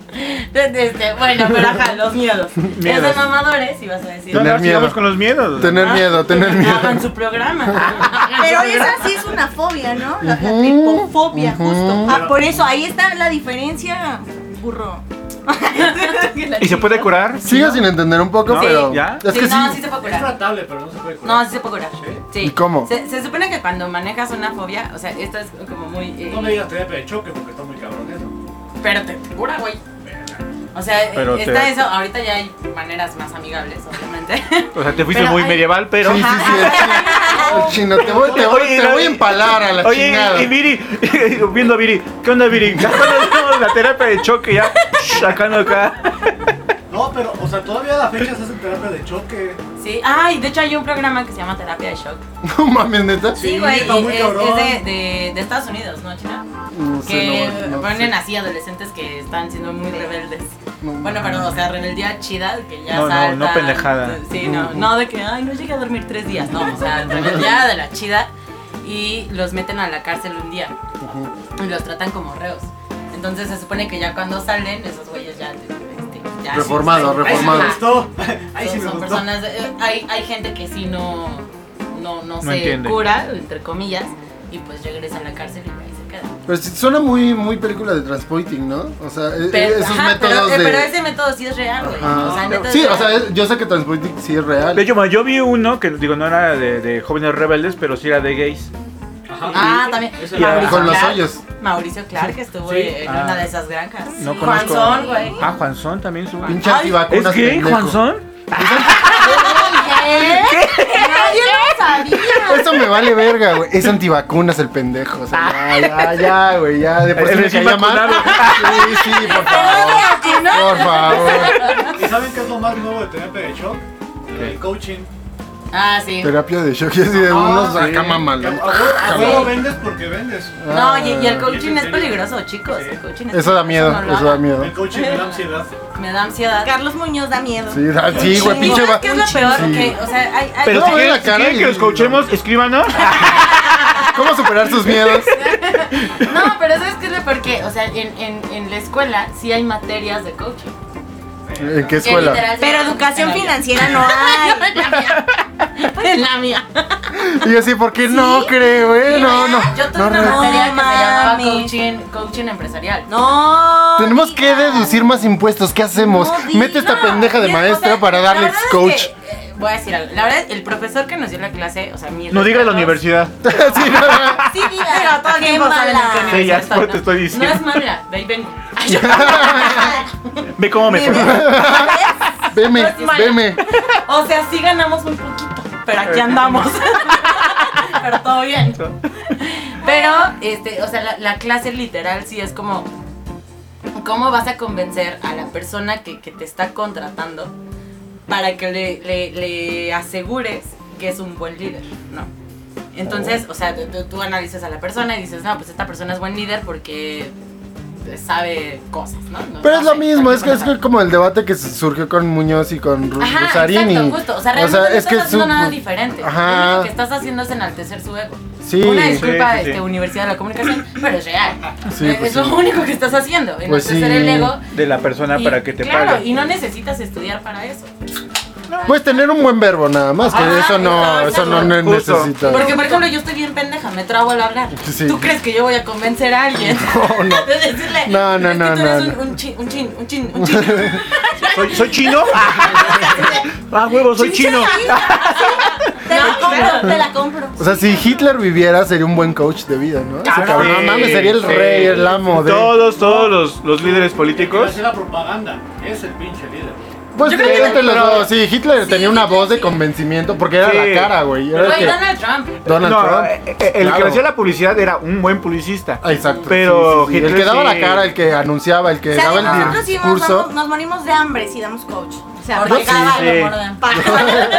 Speaker 2: Desde este, bueno, pero ajá, los miedos. Es
Speaker 1: Miedos.
Speaker 2: de mamadores, y vas a decir.
Speaker 1: No,
Speaker 3: Tener
Speaker 1: no, sigamos
Speaker 3: miedo.
Speaker 1: con los miedos.
Speaker 3: Tener miedo, tener miedo.
Speaker 2: Hagan su programa.
Speaker 4: Pero esa sí es una fobia, ¿no? La, la
Speaker 3: Ujú,
Speaker 4: tripofobia, justo.
Speaker 3: ujú.
Speaker 4: Ah, por eso, ahí está la diferencia, burro.
Speaker 1: ¿Y se puede curar?
Speaker 3: Sigo sin entender un poco,
Speaker 1: No,
Speaker 3: pero.
Speaker 1: ¿ya?
Speaker 3: Es
Speaker 2: Sí,
Speaker 3: que sí.
Speaker 2: no, sí se puede
Speaker 5: Es
Speaker 2: curar.
Speaker 5: tratable, pero no se puede
Speaker 2: No,
Speaker 5: curar.
Speaker 2: sí se puede curar. Sí.
Speaker 3: ¿Y cómo?
Speaker 2: Se, se supone que cuando manejas una fobia, o sea, esto es como muy. eh,
Speaker 5: No me digas terapia de choque porque está muy cabrón eso.
Speaker 2: pero te te cura, güey. O sea, eh,
Speaker 1: Pero
Speaker 2: está
Speaker 1: te-
Speaker 2: eso. Ahorita ya hay maneras más amigables, obviamente.
Speaker 1: O sea, te fuiste
Speaker 2: Pero
Speaker 1: muy
Speaker 2: hay-
Speaker 1: medieval, pero.
Speaker 3: Sí, sí, sí. el chino- el Chino, te voy, te voy,
Speaker 1: Oye,
Speaker 3: te
Speaker 1: no,
Speaker 3: voy a
Speaker 1: y-
Speaker 3: empalar a la
Speaker 1: Oye,
Speaker 3: chingada.
Speaker 1: y- y Viri, viendo a Viri, ¿qué onda Viri? Ya cuando hacemos la terapia de choque ya sacando acá.
Speaker 5: No, pero, o sea, todavía a la fecha se hacen terapia de choque.
Speaker 2: Sí. Ay, de hecho hay un programa que se llama Terapia de Shock.
Speaker 3: No mames, neta.
Speaker 5: Sí,
Speaker 2: Sí, güey.
Speaker 5: está muy
Speaker 2: y es
Speaker 5: cabrón.
Speaker 2: es de, de- de Estados Unidos, ¿no, China?
Speaker 3: No
Speaker 2: que
Speaker 3: sé, no, no
Speaker 2: ponen
Speaker 3: sé.
Speaker 2: así adolescentes que están siendo muy rebeldes.
Speaker 3: No,
Speaker 2: Bueno, pero, o sea, rebeldía chida, que ya
Speaker 1: No, no,
Speaker 2: saltan,
Speaker 1: no pendejada.
Speaker 2: Sí, no, no de que, ay, no llegué a dormir tres días, no, o sea, rebeldía de la chida y los meten a la cárcel un día
Speaker 3: Ujú.
Speaker 2: y los tratan como reos. Entonces se supone que ya cuando salen, esos güeyes ya... este, ya
Speaker 3: Reformado,
Speaker 2: son-
Speaker 5: Ahí sí
Speaker 3: reformado.
Speaker 5: me
Speaker 2: Ajá.
Speaker 5: gustó. Ahí sí
Speaker 2: son,
Speaker 5: me
Speaker 2: son
Speaker 5: gustó.
Speaker 2: personas, de- eh, hay, hay gente que sí no, no, no, se
Speaker 1: entiende.
Speaker 2: cura, entre comillas, y pues regresa a la cárcel y ahí se queda.
Speaker 3: Pero sí, suena muy, muy película de transporting, ¿no? O sea, eh,
Speaker 2: Pero,
Speaker 3: esos
Speaker 2: ajá, pero-
Speaker 3: métodos
Speaker 2: eh,
Speaker 3: de.
Speaker 2: pero ese método sí es real, güey.
Speaker 3: Ajá.
Speaker 2: O sea, neta es
Speaker 3: sí, o
Speaker 2: real.
Speaker 3: sea, es- yo sé que transporting sí es real.
Speaker 1: De hecho, bueno, yo vi uno que digo, no era de, de jóvenes rebeldes, pero sí era de gays.
Speaker 5: Ajá.
Speaker 2: Ah, también.
Speaker 5: Ese
Speaker 1: Y
Speaker 2: Mauricio
Speaker 3: con los
Speaker 2: Clark.
Speaker 3: hoyos.
Speaker 2: Mauricio Clark estuvo
Speaker 5: Sí.
Speaker 2: en
Speaker 1: Ah.
Speaker 2: una de esas granjas.
Speaker 1: No
Speaker 2: Sí.
Speaker 1: conozco.
Speaker 2: Juanzón, güey.
Speaker 1: Ah, Juanzón también su.
Speaker 3: Pinche
Speaker 2: Ay,
Speaker 1: ¿Es
Speaker 3: antivacunas.
Speaker 1: gay,
Speaker 3: pendejo.
Speaker 1: Juanzón?
Speaker 3: Eso me vale verga, güey. Es antivacunas el pendejo. O sea, ya, ya, ya, güey. Ya, de por sí
Speaker 1: El
Speaker 3: me
Speaker 1: recién
Speaker 3: caía mal. Sí, sí, por favor. Por favor.
Speaker 5: ¿Y saben qué es lo más nuevo de terapia de shock? El coaching.
Speaker 2: Ah, sí.
Speaker 3: Terapia de shock y así
Speaker 1: Ah,
Speaker 3: de unos acá
Speaker 5: Que
Speaker 3: mamalón.
Speaker 5: A huevo- a huevo vendes porque vendes.
Speaker 2: No, y, y el
Speaker 5: ¿Es
Speaker 2: coaching
Speaker 5: en
Speaker 2: es
Speaker 5: serio?
Speaker 2: peligroso, chicos.
Speaker 5: Sí.
Speaker 2: El coaching es
Speaker 3: Eso da
Speaker 2: peligroso,
Speaker 3: miedo,
Speaker 2: no lo
Speaker 3: eso da
Speaker 2: hagan.
Speaker 3: miedo.
Speaker 5: El coaching me da ansiedad.
Speaker 2: Me da ansiedad.
Speaker 4: Carlos Muñoz da miedo.
Speaker 3: Sí, da- sí, güey,
Speaker 2: ¿Y
Speaker 3: pinche
Speaker 2: sabes
Speaker 3: va.
Speaker 2: qué es lo peor?
Speaker 3: Sí.
Speaker 2: Que, o sea, hay, hay-
Speaker 1: Pero
Speaker 3: No,
Speaker 1: si
Speaker 3: ve
Speaker 1: quieren,
Speaker 3: la
Speaker 1: si
Speaker 3: cara
Speaker 1: quieren
Speaker 3: y-
Speaker 1: que los coachemos, escríbanos.
Speaker 3: ¿Cómo superar sus miedos?
Speaker 2: No, pero ¿sabes qué es lo peor? Que, o sea, en, en, en la escuela sí hay materias de coaching.
Speaker 3: ¿En qué
Speaker 2: Que
Speaker 3: escuela?
Speaker 2: literal-
Speaker 4: Pero
Speaker 2: En
Speaker 4: educación
Speaker 2: la mía.
Speaker 4: financiera no hay.
Speaker 2: En la mía. En la mía.
Speaker 3: Y yo así, ¿por qué no creo, güey? No, no.
Speaker 2: Yo tuve
Speaker 3: no,
Speaker 2: una
Speaker 3: re-
Speaker 2: materia que se llamaba
Speaker 4: mames.
Speaker 2: coaching, coaching empresarial.
Speaker 4: No.
Speaker 3: Tenemos que deducir más impuestos. ¿Qué hacemos?
Speaker 4: No digas.
Speaker 3: Mete esta pendeja de
Speaker 2: Y es- o
Speaker 3: maestra
Speaker 2: sea,
Speaker 3: para
Speaker 2: la
Speaker 3: darle
Speaker 2: verdad es
Speaker 3: coach.
Speaker 2: que, eh, voy a decir algo. La verdad, el profesor que nos dio la clase, o sea, mi.
Speaker 1: No digas la
Speaker 2: respetos.
Speaker 1: universidad.
Speaker 3: Sí, no,
Speaker 4: Sí, diga.
Speaker 2: Pero todo el
Speaker 4: Qué
Speaker 2: tiempo saben en qué
Speaker 4: mala.
Speaker 1: Sí, ya
Speaker 2: universidad
Speaker 1: es lo que te estoy diciendo.
Speaker 2: No es mala, de ahí vengo. Ay, yo-
Speaker 1: Ve cómo me fue.
Speaker 3: Veme,
Speaker 2: No es mala.
Speaker 3: veme.
Speaker 2: o sea, sí ganamos un poquito, pero aquí andamos. pero todo bien. Pero, este, o sea, la, la clase literal sí es como. ¿Cómo vas a convencer a la persona que, que te está contratando para que le, le- le asegures que es un buen líder, ¿no? Entonces, o sea, tú, tú- tú analizas a la persona y dices, no, pues esta persona es buen líder porque sabe cosas, ¿no? No
Speaker 3: Pero es lo
Speaker 2: hace
Speaker 3: mismo,
Speaker 2: cualquier
Speaker 3: es que es
Speaker 2: pendejada.
Speaker 3: como el debate que surgió con Muñoz y con Ru-
Speaker 2: Ajá,
Speaker 3: Rosarini.
Speaker 2: exacto, justo. O sea, realmente no estás haciendo
Speaker 3: su-
Speaker 2: nada diferente.
Speaker 3: Ajá.
Speaker 2: Lo único que estás haciendo es enaltecer su ego.
Speaker 3: Sí.
Speaker 2: Una disculpa,
Speaker 1: Sí, sí, sí.
Speaker 2: este, Universidad de la Comunicación, pero es real.
Speaker 3: Sí,
Speaker 2: Eh,
Speaker 3: pues
Speaker 2: es lo
Speaker 3: sí.
Speaker 2: único que estás haciendo, enaltecer
Speaker 3: Pues sí.
Speaker 2: el ego.
Speaker 1: De la persona
Speaker 2: y-
Speaker 1: para que te
Speaker 2: claro,
Speaker 1: pague.
Speaker 2: y no necesitas estudiar para eso.
Speaker 3: Puedes tener un buen verbo nada más, que
Speaker 2: Ajá,
Speaker 3: eso no,
Speaker 2: exacto.
Speaker 3: eso no ne-
Speaker 1: Justo.
Speaker 3: necesitas.
Speaker 2: Porque, por ejemplo, yo estoy bien pendeja, me trabo al hablar.
Speaker 3: Sí.
Speaker 2: ¿Tú crees que yo voy a convencer a alguien?
Speaker 3: No, no.
Speaker 2: De decirle,
Speaker 3: No, no,
Speaker 2: "Es que
Speaker 3: no,
Speaker 2: tú
Speaker 3: no,
Speaker 2: eres
Speaker 3: no.
Speaker 2: Un, un chin, un chin, un chin, un chin.
Speaker 1: ¿Soy, soy chino? Ah, huevo, soy chino.
Speaker 4: Te la
Speaker 2: No,
Speaker 4: compro,
Speaker 2: claro.
Speaker 4: te la compro.
Speaker 3: O sea, si Hitler viviera, sería un buen coach de vida, ¿no? Ese
Speaker 1: Claro,
Speaker 3: cabrón, Ah, no
Speaker 1: sí,
Speaker 3: mames, sería el
Speaker 1: sí.
Speaker 3: rey, el amo de.
Speaker 1: Todos, todos los, los líderes
Speaker 5: Políticos.
Speaker 1: políticos.
Speaker 5: Hacer la propaganda. Es el pinche líder.
Speaker 3: Pues
Speaker 2: Yo creo que
Speaker 3: entre los
Speaker 1: pero-
Speaker 3: dos, sí, Hitler tenía una voz de convencimiento porque era
Speaker 1: Sí.
Speaker 3: la cara, güey. Era el
Speaker 2: Güey,
Speaker 3: que
Speaker 2: Donald Trump.
Speaker 3: Donald
Speaker 1: no,
Speaker 3: Trump.
Speaker 1: eh, eh, el que
Speaker 3: Claro.
Speaker 1: hacía la publicidad era un buen publicista.
Speaker 3: Ah, Exacto.
Speaker 1: Pero
Speaker 3: sí, sí, sí. el
Speaker 1: Hitler
Speaker 3: que daba
Speaker 1: sí.
Speaker 3: la cara, el que anunciaba, el que
Speaker 4: O sea, de
Speaker 3: daba el
Speaker 4: nosotros sí nos,
Speaker 3: discurso.
Speaker 4: vamos- nos morimos de hambre si damos coach. O sea,
Speaker 2: Porque
Speaker 4: para
Speaker 3: sí,
Speaker 2: cada
Speaker 1: sí.
Speaker 2: lo mordan.
Speaker 4: pa' acabar-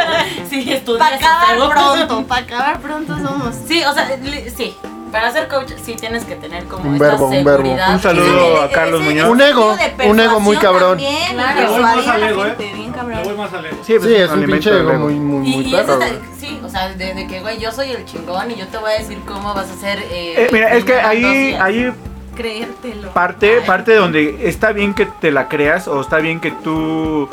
Speaker 2: Sí,
Speaker 4: pa'
Speaker 2: estudias
Speaker 4: acabar
Speaker 2: algo.
Speaker 4: pronto, para acabar pronto somos.
Speaker 2: Sí, o sea, li- sí. para ser coach sí tienes que tener como
Speaker 3: Un
Speaker 2: esta
Speaker 3: verbo, un verbo.
Speaker 2: seguridad.
Speaker 1: Un
Speaker 4: Eh,
Speaker 1: saludo a Carlos Muñoz.
Speaker 3: Un ego, un ego muy cabrón.
Speaker 2: Claro.
Speaker 4: Claro,
Speaker 5: Me voy más al ego, ¿eh?
Speaker 4: bien
Speaker 5: Me voy
Speaker 4: cabrón.
Speaker 5: más al ego.
Speaker 1: Sí,
Speaker 3: Sí, es un pinche ego
Speaker 1: ego.
Speaker 3: muy, muy,
Speaker 2: Y,
Speaker 3: muy
Speaker 2: y eso
Speaker 3: perro,
Speaker 2: está-
Speaker 3: güey.
Speaker 2: sí, o sea, desde que, güey, yo soy el chingón y yo te voy a decir cómo vas a hacer. eh,
Speaker 1: Eh, mira, es que
Speaker 2: en dos
Speaker 1: ahí,
Speaker 2: días.
Speaker 1: ahí
Speaker 4: Creértelo.
Speaker 1: parte, parte donde está bien que te la creas o está bien que tú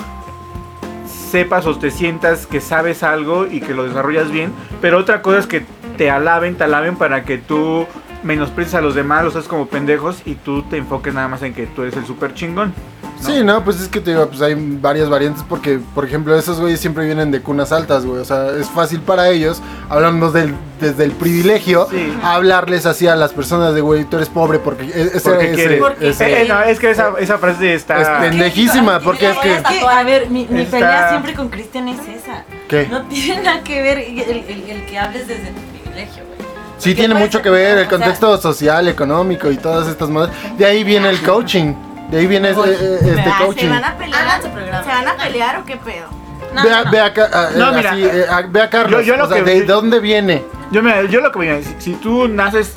Speaker 1: sepas o te sientas que sabes algo y que lo desarrollas bien, pero otra cosa es que te alaben, te alaben para que tú menosprecies a los demás, los haces como pendejos y tú te enfoques nada más en que tú eres el super chingón.
Speaker 3: Sí, no, pues es que te digo, pues hay varias variantes porque, por ejemplo, esos güeyes siempre vienen de cunas altas, güey. O sea, es fácil para ellos, hablando del, desde el privilegio,
Speaker 1: Sí.
Speaker 3: hablarles así a las personas de, güey, tú eres pobre porque... e- Ese,
Speaker 1: Porque
Speaker 3: ese-
Speaker 1: quieres.
Speaker 4: Porque
Speaker 3: ese-
Speaker 4: quieres.
Speaker 1: Eh, eh, no, es que esa, esa frase está...
Speaker 3: Este, Pendejísima, porque es que-
Speaker 2: A ver, mi, mi
Speaker 1: Está-
Speaker 2: pelea siempre con Cristian es esa.
Speaker 3: ¿Qué?
Speaker 2: No tiene nada que ver el, el- el que hables desde tu privilegio, güey.
Speaker 3: Sí,
Speaker 2: Porque
Speaker 3: tiene
Speaker 2: puede
Speaker 3: mucho
Speaker 2: ser-
Speaker 3: que ver el
Speaker 2: o sea-
Speaker 3: contexto social, económico y todas estas modas. De ahí viene el coaching. De ahí viene este, eh, este
Speaker 4: Ah, ¿Se
Speaker 3: coaching.
Speaker 4: van a pelear?
Speaker 2: Hagan su programa.
Speaker 4: ¿Se van a pelear o qué pedo?
Speaker 2: No,
Speaker 3: Ve
Speaker 2: no,
Speaker 3: a,
Speaker 2: no.
Speaker 3: ve a, Ca- a-
Speaker 1: No,
Speaker 3: eh,
Speaker 1: mira,
Speaker 3: así, eh, a- ve a Carlos.
Speaker 1: yo- yo lo
Speaker 3: o sea,
Speaker 1: que-
Speaker 3: ¿de dónde viene?
Speaker 1: Yo, me, yo lo que voy a decir, si tú naces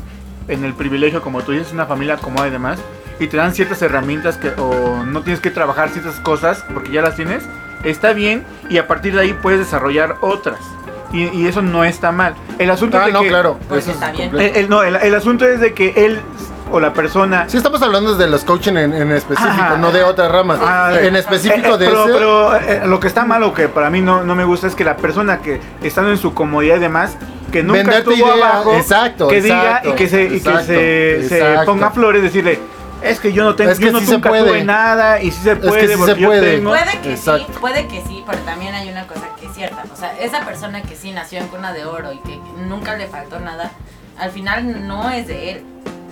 Speaker 1: en el privilegio, como tú dices, una familia cómoda y demás, y te dan ciertas herramientas que, o no tienes que trabajar ciertas cosas porque ya las tienes, está bien y a partir de ahí puedes desarrollar otras. Y, y eso no está mal. El asunto es
Speaker 3: Ah,
Speaker 1: de
Speaker 3: no,
Speaker 1: que-
Speaker 3: claro.
Speaker 2: Pues
Speaker 3: eso es
Speaker 2: está bien.
Speaker 1: El,
Speaker 3: completo.
Speaker 1: el- no, el, el asunto es de que él o la persona...
Speaker 3: Sí, estamos hablando de los coaching en, en específico,
Speaker 1: Ajá.
Speaker 3: no de otras ramas.
Speaker 1: Ah,
Speaker 3: en
Speaker 1: eh,
Speaker 3: específico
Speaker 1: eh,
Speaker 3: de
Speaker 1: pero,
Speaker 3: ese.
Speaker 1: pero, eh, lo que está mal o que para mí no, no me gusta es que la persona que estando en su comodidad y demás, que nunca
Speaker 3: Venderte
Speaker 1: estuvo
Speaker 3: idea,
Speaker 1: abajo,
Speaker 3: exacto,
Speaker 1: que
Speaker 3: exacto,
Speaker 1: diga y que se, y que
Speaker 3: exacto,
Speaker 1: se, se
Speaker 3: exacto.
Speaker 1: ponga flores, decirle, es que yo no tengo,
Speaker 3: Es que
Speaker 1: yo no
Speaker 3: sí se
Speaker 1: nunca
Speaker 3: puede.
Speaker 1: tuve nada y si se
Speaker 3: que
Speaker 1: puede,
Speaker 3: sí se
Speaker 1: porque yo
Speaker 3: puede.
Speaker 1: tengo.
Speaker 2: Puede que
Speaker 3: Exacto.
Speaker 2: sí, puede que sí, pero también hay una cosa que es cierta. O sea, esa persona que sí nació en cuna de oro y que nunca le faltó nada, al final no es de él,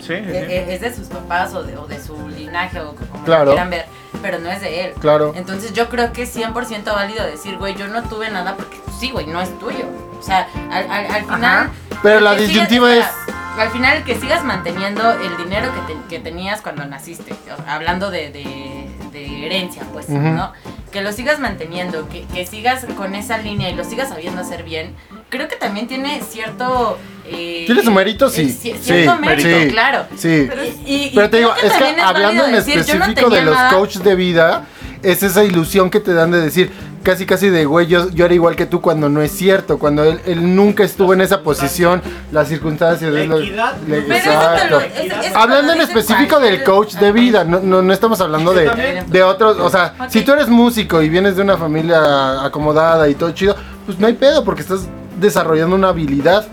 Speaker 1: Sí, sí, sí.
Speaker 2: e- e- es de sus papás o de, o de su linaje o como lo
Speaker 3: Claro.
Speaker 2: quieran ver, pero no es de él.
Speaker 3: Claro.
Speaker 2: Entonces yo creo que es 100% válido decir, güey, yo no tuve nada porque pues, sí, güey, no es tuyo. O sea, al, al- al final...
Speaker 3: Pero
Speaker 2: el
Speaker 3: la
Speaker 2: que sigas-
Speaker 3: disyuntiva es-
Speaker 2: espera, Al final el que sigas manteniendo el dinero que, te- que tenías cuando naciste, o- hablando de, de- de herencia, pues,
Speaker 3: Ujú.
Speaker 2: ¿no? Que lo sigas manteniendo, que, que sigas con esa línea y lo sigas sabiendo hacer bien, creo que también tiene cierto... eh,
Speaker 3: ¿Tiene su mérito? Sí,
Speaker 2: eh, ci-
Speaker 3: sí,
Speaker 2: Cierto mérito,
Speaker 3: sí.
Speaker 2: claro.
Speaker 3: Sí.
Speaker 2: Pero, y- y
Speaker 3: Pero te
Speaker 2: creo
Speaker 3: digo, es que
Speaker 2: también
Speaker 3: hablando
Speaker 2: válido
Speaker 3: en
Speaker 2: decir, yo no
Speaker 3: específico de
Speaker 2: tenía
Speaker 3: los
Speaker 2: nada.
Speaker 3: coaches de vida, es esa ilusión que te dan de decir, casi casi de, güey, yo, yo era igual que tú cuando no es cierto, cuando él, él nunca estuvo en esa posición, las circunstancias...
Speaker 5: La
Speaker 3: es lo-
Speaker 5: equidad.
Speaker 3: le-
Speaker 2: Pero eso te lo-
Speaker 3: exacto.
Speaker 2: es- es cuando
Speaker 3: Hablando en
Speaker 2: dices
Speaker 3: específico del
Speaker 2: cualquier-
Speaker 3: coach de vida, no, no, no estamos hablando de,
Speaker 5: También.
Speaker 3: de otros, o sea,
Speaker 2: Ok.
Speaker 3: si tú eres músico y vienes de una familia acomodada y todo chido, pues no hay pedo porque estás desarrollando una habilidad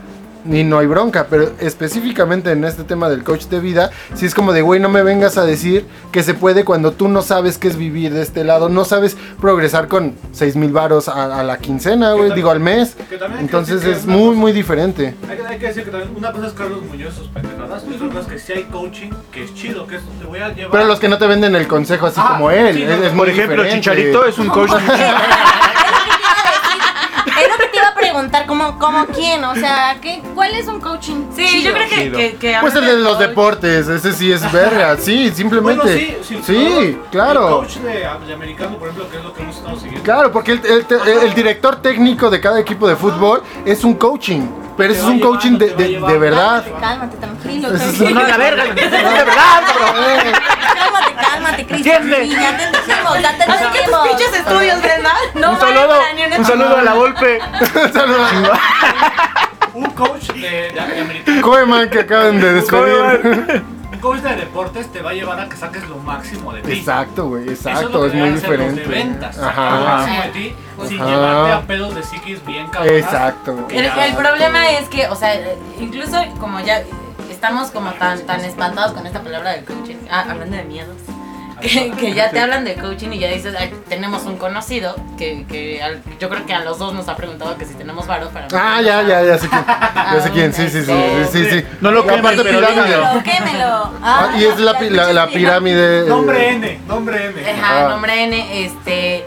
Speaker 3: y no hay bronca, pero específicamente en este tema del coach de vida, si es como de, güey, no me vengas a decir que se puede cuando tú no sabes qué es vivir de este lado, no sabes progresar con seis mil varos a, a la quincena, güey,
Speaker 5: tam-
Speaker 3: digo al mes,
Speaker 5: que también hay que
Speaker 3: entonces
Speaker 5: decir que
Speaker 3: es
Speaker 5: es una
Speaker 3: muy,
Speaker 5: cosa-
Speaker 3: muy diferente.
Speaker 5: Hay, que- hay que decir que también una cosa es Carlos Muñoz, sus pendejadas, y otra cosa es que si hay coaching, que es chido, que es, te voy a llevar.
Speaker 3: Pero los que no te venden el consejo así
Speaker 5: Ah,
Speaker 3: como él,
Speaker 5: sí, no,
Speaker 3: es, es
Speaker 1: Por
Speaker 3: muy
Speaker 1: ejemplo,
Speaker 3: diferente.
Speaker 1: Chicharito es un coach.
Speaker 4: Es lo que te iba a preguntar, ¿cómo, cómo quién? O sea, ¿qué, ¿cuál es un coaching?
Speaker 2: Sí, yo creo que,
Speaker 1: Chido.
Speaker 2: que, que
Speaker 3: Pues el
Speaker 2: hablan
Speaker 3: de los
Speaker 2: coach.
Speaker 3: deportes, ese sí es verga, sí, simplemente.
Speaker 5: Bueno, sí, sí,
Speaker 3: claro.
Speaker 5: El coach de, de americano, por ejemplo, que es lo que hemos estado siguiendo.
Speaker 3: Claro, porque el, el- el director técnico de cada equipo de fútbol es un coaching, pero ese
Speaker 5: Te
Speaker 3: es
Speaker 5: va
Speaker 3: un coaching
Speaker 5: llevando,
Speaker 3: de,
Speaker 5: te va
Speaker 3: de- de
Speaker 5: llevando.
Speaker 3: verdad.
Speaker 4: Cálmate, tranquilo.
Speaker 3: Eso es
Speaker 4: tranquilo.
Speaker 1: No, la verga, de verdad, cabrón.
Speaker 4: Cálmate, cálmate, Cristian.
Speaker 1: Entiende.
Speaker 4: Sí, ya te entendimos, ya te
Speaker 2: ¿Por qué tus pinches
Speaker 4: entendimos.
Speaker 2: estudios, Brenda? No
Speaker 1: un saludo,
Speaker 2: valen ni una
Speaker 1: un saludo a la golpe.
Speaker 5: Un coach de, de- de americano,
Speaker 3: Koeman que acaban de despedir.
Speaker 5: un coach de deportes te va a llevar a que saques lo máximo de ti.
Speaker 3: Exacto, güey, exacto,
Speaker 5: Eso
Speaker 3: es
Speaker 5: lo que
Speaker 3: muy
Speaker 5: deben hacer los
Speaker 3: diferente.
Speaker 5: De ventas, sacar lo
Speaker 3: Ajá,
Speaker 5: máximo de ti, sin
Speaker 3: Ajá.
Speaker 5: llevarte a pedos de psiquis bien cabronas.
Speaker 3: exacto.
Speaker 2: El, el problema es que, o sea, incluso como ya estamos como tan, tan espantados con esta palabra del coaching, ah, hablando de miedos, que, que ya te hablan de coaching y ya dices, "Ay, tenemos un conocido que, que al- yo creo que a los dos nos ha preguntado que si tenemos varos para...
Speaker 3: Ah, ya, ya, ya sé quién. Ya sé quién, sí, sí, sí, sí, sí. sí.
Speaker 1: No lo
Speaker 3: La
Speaker 1: queman,
Speaker 3: parte
Speaker 1: pero
Speaker 3: pirámide.
Speaker 1: díganlo.
Speaker 4: Quémelo, quémelo.
Speaker 3: Ah, y es la, pi- la- la pirámide. eh,
Speaker 5: Nombre N, nombre N.
Speaker 2: Ajá,
Speaker 3: Ah.
Speaker 2: nombre N, este...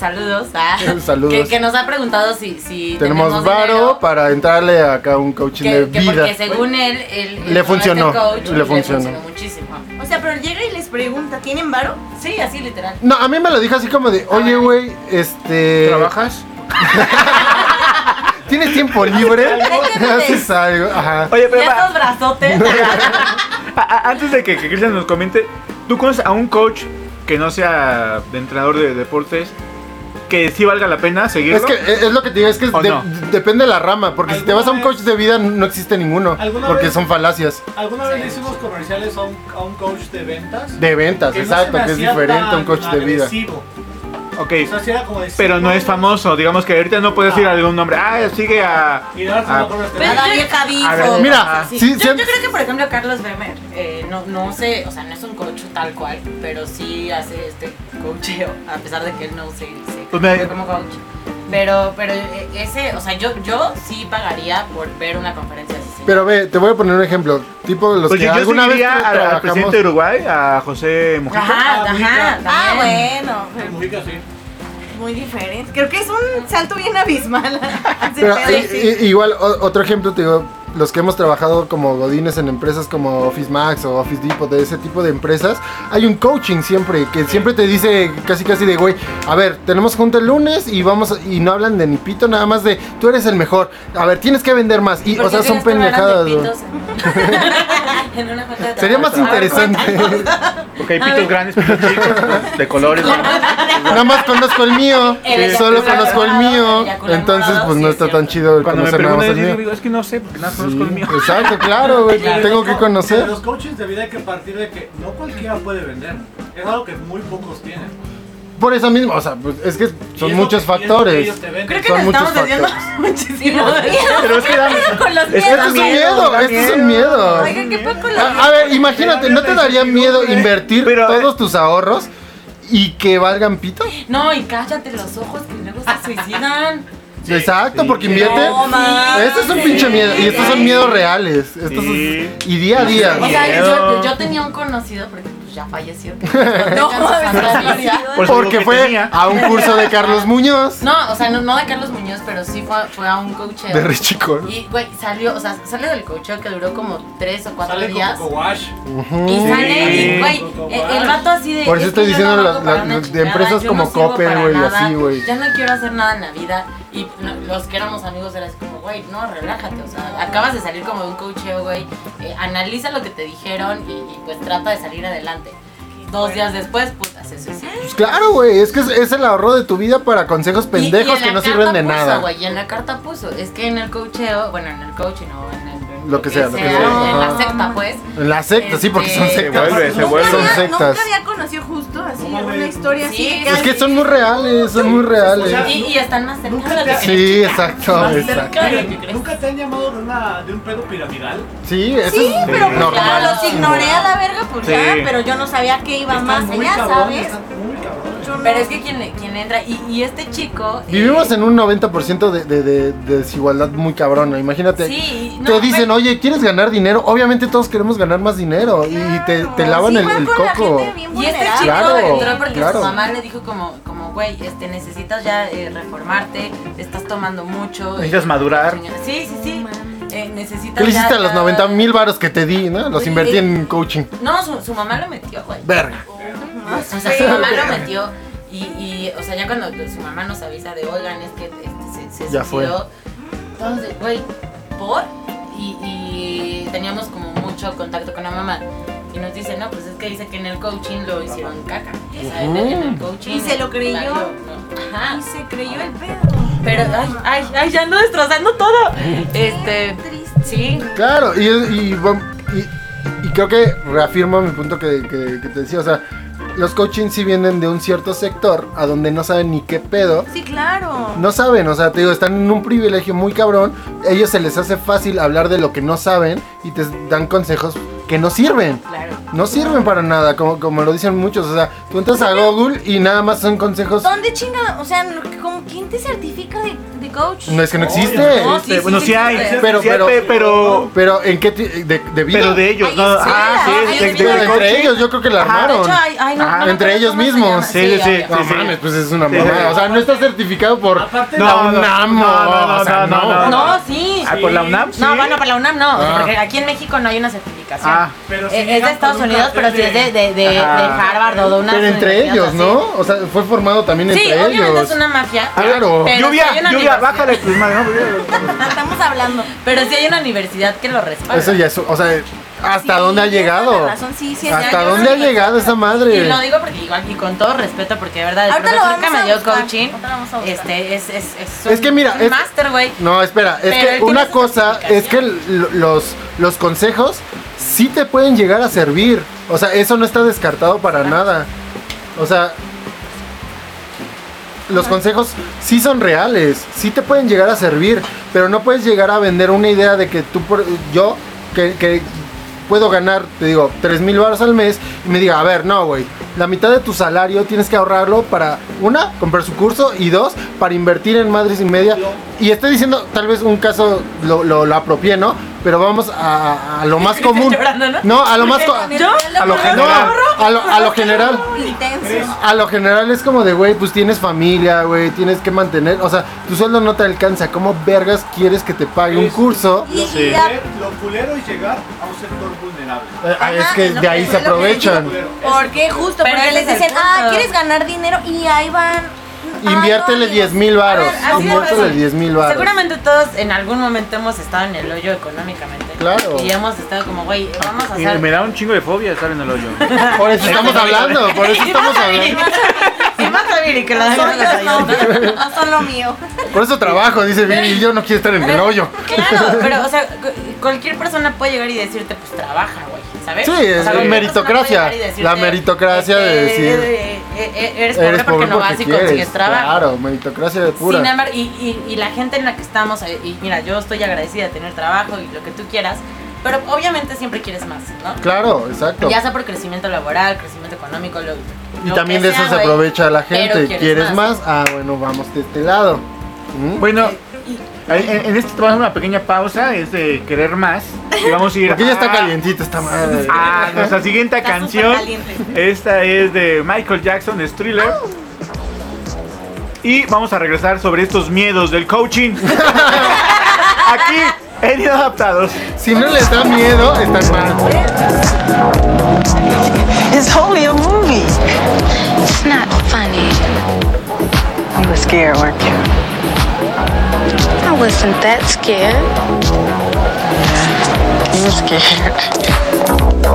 Speaker 2: Saludos, ah,
Speaker 3: Saludos.
Speaker 2: Que, que nos ha preguntado si, si
Speaker 3: Tenemos
Speaker 2: dinero.
Speaker 3: varo para entrarle acá a un coaching de
Speaker 2: que, que
Speaker 3: vida.
Speaker 2: porque según él, él- él
Speaker 3: Le
Speaker 2: con
Speaker 3: funcionó,
Speaker 2: este coach,
Speaker 3: le funcionó.
Speaker 2: muchísimo.
Speaker 4: O sea, pero llega y les pregunta, ¿tienen varo?
Speaker 2: Sí, así literal.
Speaker 3: No, a mí me lo dijo así como de, oye, güey, este...
Speaker 1: ¿Trabajas?
Speaker 3: ¿Tienes tiempo libre?
Speaker 4: algo.
Speaker 3: ¿Haces algo? Ajá.
Speaker 1: Oye, pero
Speaker 2: Y
Speaker 1: va-
Speaker 2: estos brazotes.
Speaker 1: a- a- antes de que, que Cristian nos comente, ¿tú conoces a un coach que no sea de entrenador de deportes que sí valga la pena seguirlo?
Speaker 3: Es que es es lo que te digo, es que
Speaker 1: ¿O
Speaker 3: de-
Speaker 1: no?
Speaker 3: depende de la rama, porque si te vas a un
Speaker 5: ¿Alguna
Speaker 3: coach
Speaker 5: vez-
Speaker 3: de vida no existe ninguno,
Speaker 5: ¿Alguna
Speaker 3: porque
Speaker 5: vez-
Speaker 3: son falacias
Speaker 5: ¿Alguna vez le hicimos comerciales a un, a un coach de ventas?
Speaker 3: de ventas,
Speaker 5: no se
Speaker 3: exacto,
Speaker 5: me
Speaker 3: que es
Speaker 5: hacía
Speaker 3: diferente a un
Speaker 5: tan
Speaker 3: coach de vida.
Speaker 5: agresivo.
Speaker 1: Ok,
Speaker 5: O sea, sí era como de
Speaker 1: pero no es famoso. Digamos que ahorita no puedes ir a algún nombre. Ah, sigue a.
Speaker 5: Y darse
Speaker 1: a-
Speaker 5: una corona
Speaker 2: Pero
Speaker 5: estelar.
Speaker 2: yo-
Speaker 4: vieja bijo.
Speaker 1: A ver,
Speaker 3: Mira,
Speaker 2: Sí.
Speaker 3: sí,
Speaker 2: yo,
Speaker 3: sí-
Speaker 2: yo creo que, por ejemplo, Carlos Bemer, eh, no, no sé, o sea, no es un coach tal cual, pero sí hace este coacheo, a pesar de que él no se, se
Speaker 1: Pues mira,
Speaker 2: como coach. Pero, pero eh, ese, o sea, yo, yo sí pagaría por ver una conferencia de ese señor.
Speaker 3: Pero ve, te voy a poner un ejemplo, tipo los
Speaker 1: Pues
Speaker 3: que
Speaker 1: yo, yo
Speaker 3: alguna vez
Speaker 1: seguiría al- al,
Speaker 3: trabajamos-
Speaker 1: presidente de Uruguay, a José Mujica.
Speaker 2: Ajá,
Speaker 5: Ah,
Speaker 2: ajá,
Speaker 5: mira.
Speaker 4: Ah,
Speaker 2: también.
Speaker 4: bueno.
Speaker 5: Te comunicas, sí.
Speaker 4: Muy diferente. Creo que es un salto bien abismal. Así
Speaker 3: Pero,
Speaker 4: puedo
Speaker 3: i-
Speaker 4: decir.
Speaker 3: i- igual, o- otro ejemplo, te digo, los que hemos trabajado como godines en empresas como Office Max o Office Depot, de ese tipo de empresas, hay un coaching siempre, que siempre te dice casi casi de, güey, a ver, tenemos junta el lunes y vamos, a- y no hablan de ni pito, nada más de, tú eres el mejor, a ver, tienes que vender más, y,
Speaker 2: ¿Por
Speaker 3: o
Speaker 2: qué
Speaker 3: sea, son
Speaker 2: tienes que hablar de
Speaker 3: pendejadas, güey.
Speaker 2: pitos en- en una junta de
Speaker 3: Sería
Speaker 2: trabajo?
Speaker 3: más
Speaker 2: A ver,
Speaker 3: interesante.
Speaker 1: Porque hay pitos grandes, pitos chicos, de colores.
Speaker 3: Nada más conozco el mío,
Speaker 2: El
Speaker 3: solo
Speaker 2: eyaculador,
Speaker 3: conozco el
Speaker 2: el
Speaker 3: mío,
Speaker 2: eyaculador,
Speaker 3: entonces pues
Speaker 2: sí,
Speaker 3: no
Speaker 2: es
Speaker 3: está tan
Speaker 2: cierto.
Speaker 3: chido el
Speaker 1: Cuando me
Speaker 3: conocer nada más
Speaker 1: preguntan,
Speaker 3: el
Speaker 1: yo
Speaker 3: mío.
Speaker 1: digo, es que no sé, porque nada más conozco el
Speaker 3: Sí,
Speaker 1: mío.
Speaker 3: Exacto, claro, güey, tengo que
Speaker 5: De
Speaker 3: conocer.
Speaker 5: los coaches de vida hay que partir de que no cualquiera puede vender. Es algo que muy pocos tienen.
Speaker 3: Por eso mismo, o sea, pues, es que
Speaker 5: Y
Speaker 3: son
Speaker 5: es lo
Speaker 3: muchos
Speaker 5: que- y es lo que
Speaker 3: factores.
Speaker 5: ellos te venden.
Speaker 2: Creo que
Speaker 3: Son
Speaker 2: nos
Speaker 3: muchos
Speaker 2: estamos desviando muchísimo.
Speaker 1: Pero es que da-
Speaker 2: Con los
Speaker 1: es que
Speaker 2: miedos.
Speaker 3: Esto es un
Speaker 1: da
Speaker 3: miedo,
Speaker 1: da
Speaker 3: esto es un miedo.
Speaker 4: Oiga, qué poco lo
Speaker 3: A, a ver, imagínate, ¿no te daría miedo invertir
Speaker 1: Pero, eh,
Speaker 3: todos tus ahorros y que valgan pito?
Speaker 2: No, y cállate los ojos que luego se suicidan.
Speaker 3: Exacto,
Speaker 1: sí.
Speaker 3: porque invierte.
Speaker 4: No, ma.
Speaker 3: Este es un pinche miedo y estos son miedos reales. Estos son-
Speaker 1: Sí.
Speaker 3: y día a
Speaker 2: O
Speaker 3: día.
Speaker 2: sea, yo,
Speaker 1: Miedo.
Speaker 2: yo tenía un conocido, porque pues, ya falleció. que no, no,
Speaker 1: Por eso digo
Speaker 3: Porque
Speaker 1: que
Speaker 3: fue
Speaker 1: tenía.
Speaker 3: a un curso de Carlos Muñoz.
Speaker 2: no, o sea, no, no de Carlos Muñoz, pero sí fue, fue a un coacheo.
Speaker 3: De Richicón.
Speaker 2: Y, güey, salió, o sea, sale del coacheo que duró como tres o cuatro
Speaker 5: Sale
Speaker 2: días.
Speaker 5: como Kowash.
Speaker 2: Y sale, y,
Speaker 1: Sí.
Speaker 2: güey, eh, el vato así de.
Speaker 3: Por
Speaker 2: "Es
Speaker 3: eso estoy
Speaker 2: que yo
Speaker 3: diciendo
Speaker 2: no
Speaker 3: la-
Speaker 2: valgo para
Speaker 3: la-
Speaker 2: una
Speaker 3: los de
Speaker 2: chingada,
Speaker 3: empresas
Speaker 2: yo
Speaker 3: como
Speaker 2: sirvo
Speaker 3: Coppel,
Speaker 2: para
Speaker 3: güey,
Speaker 2: nada,
Speaker 3: así, güey.
Speaker 2: Ya no quiero hacer nada en la vida. Y lo- los que éramos amigos eras como, güey, no, relájate. O sea, acabas de salir como de un coacheo, güey. eh, analiza lo que te dijeron y, y, pues trata de salir adelante. Dos días después, puta, se suicida.
Speaker 3: Pues claro, güey, es que es, es el ahorro de tu vida para consejos
Speaker 2: Y- y en
Speaker 3: Pues, pendejos
Speaker 2: la
Speaker 3: que no
Speaker 2: carta
Speaker 3: sirven de
Speaker 2: puso,
Speaker 3: nada.
Speaker 2: güey, y en la carta puso, es que en el coacheo, bueno, en el coaching o en el. en
Speaker 3: Lo que sea, lo que sea,
Speaker 2: En la
Speaker 3: ajá.
Speaker 2: secta, pues.
Speaker 3: En la secta, sí, porque son
Speaker 2: Este,
Speaker 3: sectas.
Speaker 1: Se vuelve, se
Speaker 4: Nunca
Speaker 1: vuelve.
Speaker 3: Son
Speaker 4: había-
Speaker 3: sectas.
Speaker 4: Ah, Nunca había conocido justo así
Speaker 5: No,
Speaker 4: una
Speaker 5: güey.
Speaker 4: historia
Speaker 2: Sí,
Speaker 4: así. de
Speaker 3: Es que son muy reales, son muy
Speaker 5: O sea,
Speaker 3: reales.
Speaker 2: Y, y están más cerca
Speaker 5: nunca
Speaker 2: de lo
Speaker 5: te
Speaker 2: que
Speaker 5: has-
Speaker 2: crees.
Speaker 3: Sí, exacto,
Speaker 5: Más
Speaker 3: Ah, exacto.
Speaker 5: cerca de-
Speaker 2: Claro que Pues
Speaker 5: ¿Nunca te han llamado de, una, de un pedo piramidal?
Speaker 3: Sí, eso
Speaker 4: Sí,
Speaker 3: es
Speaker 4: pero pues ya
Speaker 3: normal.
Speaker 4: los ignoré a la verga, pues
Speaker 1: Sí.
Speaker 4: ya, pero yo no sabía que iba
Speaker 5: Están
Speaker 4: más
Speaker 5: muy
Speaker 4: allá,
Speaker 5: cabrones,
Speaker 4: ¿sabes?
Speaker 5: están muy cabrones.
Speaker 4: Yo no-
Speaker 2: Pero es que quien, le- quien entra, y, y este chico. eh,
Speaker 3: Vivimos en un 90% de, de- de- de desigualdad muy cabrona, imagínate.
Speaker 2: Sí, no,
Speaker 3: te dicen,
Speaker 2: pero-
Speaker 3: oye, ¿quieres ganar dinero? Obviamente todos queremos ganar más dinero y te, te
Speaker 4: Claro,
Speaker 3: lavan
Speaker 4: sí,
Speaker 3: el,
Speaker 4: van
Speaker 3: el
Speaker 4: con la
Speaker 3: coco.
Speaker 4: gente bien
Speaker 2: Y este
Speaker 4: vulnerable.
Speaker 2: chico
Speaker 3: Claro,
Speaker 2: entró porque
Speaker 3: claro.
Speaker 2: su mamá le dijo, como, como güey, este, necesitas ya eh, reformarte, estás tomando mucho. eh,
Speaker 1: Necesitas madurar.
Speaker 2: Sí, sí, sí. eh, necesitas.
Speaker 3: ¿Qué le hiciste
Speaker 2: ya-
Speaker 3: a los
Speaker 2: ya-
Speaker 3: 90 mil varos que te di, no? Los
Speaker 2: Oye,
Speaker 3: invertí
Speaker 2: eh,
Speaker 3: en coaching.
Speaker 2: No, su, su mamá lo metió, güey.
Speaker 3: Verga.
Speaker 2: O sea, su mamá lo metió y, y, o sea, ya cuando su mamá nos avisa de, oigan, es que este, se, se
Speaker 3: Ya fue.
Speaker 2: suicidó", Entonces, güey, ¿por? Y, y teníamos como mucho contacto con la mamá. Y nos dice, no, pues es que dice que en el coaching lo hicieron caca. O sea, en el- en el coaching.
Speaker 4: Y se lo creyó.
Speaker 2: valió, ¿no? Ajá.
Speaker 4: Y se creyó el pedo.
Speaker 2: Pero, ay, ay, ay, ya ando destrozando todo. Este.
Speaker 4: Triste.
Speaker 2: Sí.
Speaker 3: Claro, y, y vam- y- y creo que reafirmo mi punto que, que- que te decía, o sea, los coachings sí vienen de un cierto sector a donde no saben ni qué pedo.
Speaker 4: Sí, claro.
Speaker 3: No saben, o sea, te digo, están en un privilegio muy cabrón. A ellos se les hace fácil hablar de lo que no saben y te dan consejos que no sirven.
Speaker 2: Claro.
Speaker 3: No sirven para nada, como, como lo dicen muchos. O sea, tú entras a Google y nada más son consejos.
Speaker 4: ¿Dónde chinga? O sea, no- ¿cómo- ¿quién te certifica de, de coach?
Speaker 3: No es que no existe.
Speaker 2: No,
Speaker 1: Este, bueno, sí hay,
Speaker 2: existe.
Speaker 1: pero,
Speaker 3: Pero-
Speaker 1: sí hay,
Speaker 3: pero-
Speaker 1: pe- pero,
Speaker 3: Pero en qué ti- de, de vida.
Speaker 1: pero de ellos, ¿no?
Speaker 2: Hay escuelas,
Speaker 1: Ah, sí,
Speaker 2: hay
Speaker 1: de- de- de
Speaker 2: escuelas.
Speaker 3: Pero
Speaker 1: coaching.
Speaker 3: entre ellos, yo creo que la
Speaker 1: Ajá, de
Speaker 2: De hecho,
Speaker 3: armaron.
Speaker 2: ay, ay, no,
Speaker 1: Ajá,
Speaker 2: no me
Speaker 3: entre
Speaker 2: acuerdo
Speaker 3: ellos
Speaker 2: cómo se
Speaker 3: mismos.
Speaker 2: llama.
Speaker 1: Sí, sí, sí.
Speaker 2: obvio.
Speaker 3: No mames, pues es una
Speaker 1: Sí, sí.
Speaker 3: mamada. O sea, no está certificado por.
Speaker 5: Aparte,
Speaker 1: No,
Speaker 5: la-
Speaker 1: no,
Speaker 3: la UNAM,
Speaker 1: no, no, no,
Speaker 3: o sea,
Speaker 1: no,
Speaker 3: no.
Speaker 1: no, no.
Speaker 2: No, sí.
Speaker 1: Ah, ¿Por la UNAM?
Speaker 2: No,
Speaker 1: sí.
Speaker 2: bueno, para la UNAM no, o sea,
Speaker 3: Ah.
Speaker 2: porque aquí en México no hay una certificación.
Speaker 1: Ah,
Speaker 5: pero sí
Speaker 2: Eh, es de
Speaker 5: llegan
Speaker 2: Estados
Speaker 5: con un
Speaker 2: Unidos, pero sí es
Speaker 5: cartel
Speaker 2: de, de, de, de
Speaker 1: Ajá.
Speaker 2: Harvard o de una
Speaker 3: Pero entre
Speaker 2: universidad
Speaker 3: ellos,
Speaker 2: así.
Speaker 3: ¿no? O sea, fue formado también
Speaker 2: Sí,
Speaker 3: entre
Speaker 2: obviamente
Speaker 3: ellos. Ah,
Speaker 2: es una mafia.
Speaker 3: Claro.
Speaker 2: pero
Speaker 1: Lluvia,
Speaker 2: sí hay una
Speaker 1: lluvia, bájale tus madres. ¿no? pues,
Speaker 4: Estamos hablando.
Speaker 2: Pero sí hay una universidad que lo respalda.
Speaker 3: Eso ya es, o sea, ¿hasta
Speaker 4: Sí,
Speaker 3: dónde ha
Speaker 4: tienes
Speaker 3: llegado?
Speaker 4: razón, sí, sí, ya,
Speaker 3: ¿Hasta
Speaker 4: ya
Speaker 3: dónde
Speaker 4: no
Speaker 3: ha
Speaker 4: me-
Speaker 3: llegado esa
Speaker 2: Y
Speaker 3: madre?
Speaker 2: lo digo porque igual, y con todo respeto, porque de verdad el
Speaker 4: Ahorita lo
Speaker 2: profesor que
Speaker 4: vamos
Speaker 2: me
Speaker 4: a
Speaker 2: dio
Speaker 4: buscar,
Speaker 2: coaching,
Speaker 4: ahorita lo vamos a buscar.
Speaker 2: este, es, es, es
Speaker 3: Es que mira,
Speaker 2: un
Speaker 3: es-
Speaker 2: máster, güey.
Speaker 3: No, espera, es
Speaker 2: Pero él
Speaker 3: que
Speaker 2: tiene
Speaker 3: una
Speaker 2: su
Speaker 3: cosa es que l- los, los consejos sí te pueden llegar a servir. O sea, eso no está descartado para nada. O sea, los consejos sí son reales, sí te pueden llegar a servir, pero no puedes llegar a vender una idea de que tú, por- yo, que, que puedo ganar, te digo, 3 mil baros al mes y me diga, a ver, no, güey, la mitad de tu salario tienes que ahorrarlo para, una, comprar su curso y dos, para invertir en madres y media. Y estoy diciendo, tal vez un caso lo, lo, lo apropié, ¿no? Pero vamos a, a lo más común.
Speaker 2: llorando, ¿no?
Speaker 3: No, a lo más... co-
Speaker 2: ¿Yo?
Speaker 3: A lo general. A lo, a lo general.
Speaker 4: Intenso.
Speaker 3: A lo general es como de, güey, pues tienes familia, güey, tienes que mantener, o sea, tu sueldo no te alcanza, ¿cómo vergas quieres que te pague un
Speaker 5: Es-
Speaker 3: curso?
Speaker 4: Y,
Speaker 1: Sí.
Speaker 4: y
Speaker 5: Ver
Speaker 4: a-
Speaker 5: Lo culero es llegar a un sector vulnerable.
Speaker 2: Ah,
Speaker 3: Eh,
Speaker 4: Ajá,
Speaker 3: es que
Speaker 4: es lo
Speaker 3: de
Speaker 4: que-
Speaker 3: ahí
Speaker 4: es
Speaker 3: se
Speaker 4: lo que
Speaker 3: aprovechan.
Speaker 5: Culero. Es-
Speaker 4: porque justo,
Speaker 2: Pero
Speaker 4: porque
Speaker 2: ese
Speaker 4: les
Speaker 2: es el
Speaker 4: dicen,
Speaker 2: punto.
Speaker 4: ah, quieres ganar dinero y ahí van. Ay,
Speaker 3: Ah, Inviértele
Speaker 4: no,
Speaker 3: 10 mil
Speaker 2: A
Speaker 3: varos,
Speaker 2: ver, así de
Speaker 3: inviértele
Speaker 2: fácil.
Speaker 3: 10 mil varos.
Speaker 2: Seguramente todos en algún momento hemos estado en el hoyo económicamente.
Speaker 3: Claro.
Speaker 2: Y hemos estado como, güey, vamos a
Speaker 1: Y
Speaker 2: hacer.
Speaker 1: me da un chingo de fobia estar en el hoyo.
Speaker 3: Por eso estamos hablando, por eso estamos hablando.
Speaker 2: Y más a Viri que la
Speaker 4: Son
Speaker 2: de
Speaker 4: yo, no, no son lo mío.
Speaker 3: Por eso trabajo, dice Viri, y yo no quiero estar en el hoyo.
Speaker 2: Claro, pero, o sea, cu- cualquier persona puede llegar y decirte, pues trabaja, güey, ¿sabes?
Speaker 3: Sí,
Speaker 2: O sea,
Speaker 3: es
Speaker 2: cualquier
Speaker 3: meritocracia.
Speaker 2: persona puede llegar y decirte,
Speaker 3: La meritocracia de
Speaker 2: eh,
Speaker 3: decir,
Speaker 2: eh, eh, eh, Eres pobre porque no vas y consigues trabajo.
Speaker 3: Claro, meritocracia de pura.
Speaker 2: Sin embargo, y, y- y la gente en la que estamos, eh, y mira, yo estoy agradecida de tener trabajo y lo que tú quieras, pero obviamente siempre quieres más, ¿no?
Speaker 3: Claro, exacto.
Speaker 2: Ya sea por crecimiento laboral, crecimiento económico, lo,
Speaker 3: Y
Speaker 2: lo
Speaker 3: también
Speaker 2: que
Speaker 3: de eso
Speaker 2: sea,
Speaker 3: se
Speaker 2: güey.
Speaker 3: aprovecha la
Speaker 2: Pero
Speaker 3: gente.
Speaker 2: quieres
Speaker 3: ¿Quieres
Speaker 2: más.
Speaker 3: más? Ah, bueno, vamos de este lado. ¿Mm?
Speaker 1: Bueno, en, en- en este vamos a hacer una pequeña pausa, es de querer más. Y vamos a ir.
Speaker 3: Porque ya está
Speaker 1: a-
Speaker 3: calientita esta madre.
Speaker 1: A nuestra siguiente
Speaker 4: Está
Speaker 1: canción.
Speaker 4: supercaliente.
Speaker 1: Esta es de Michael Jackson, es Thriller. Y vamos a regresar sobre estos miedos del coaching. Aquí en Inadaptados.
Speaker 3: Si no les da miedo, están mal.
Speaker 7: It's only a movie.
Speaker 6: It's not funny.
Speaker 7: You were scared, weren't you?
Speaker 6: I wasn't that scared.
Speaker 7: You were scared.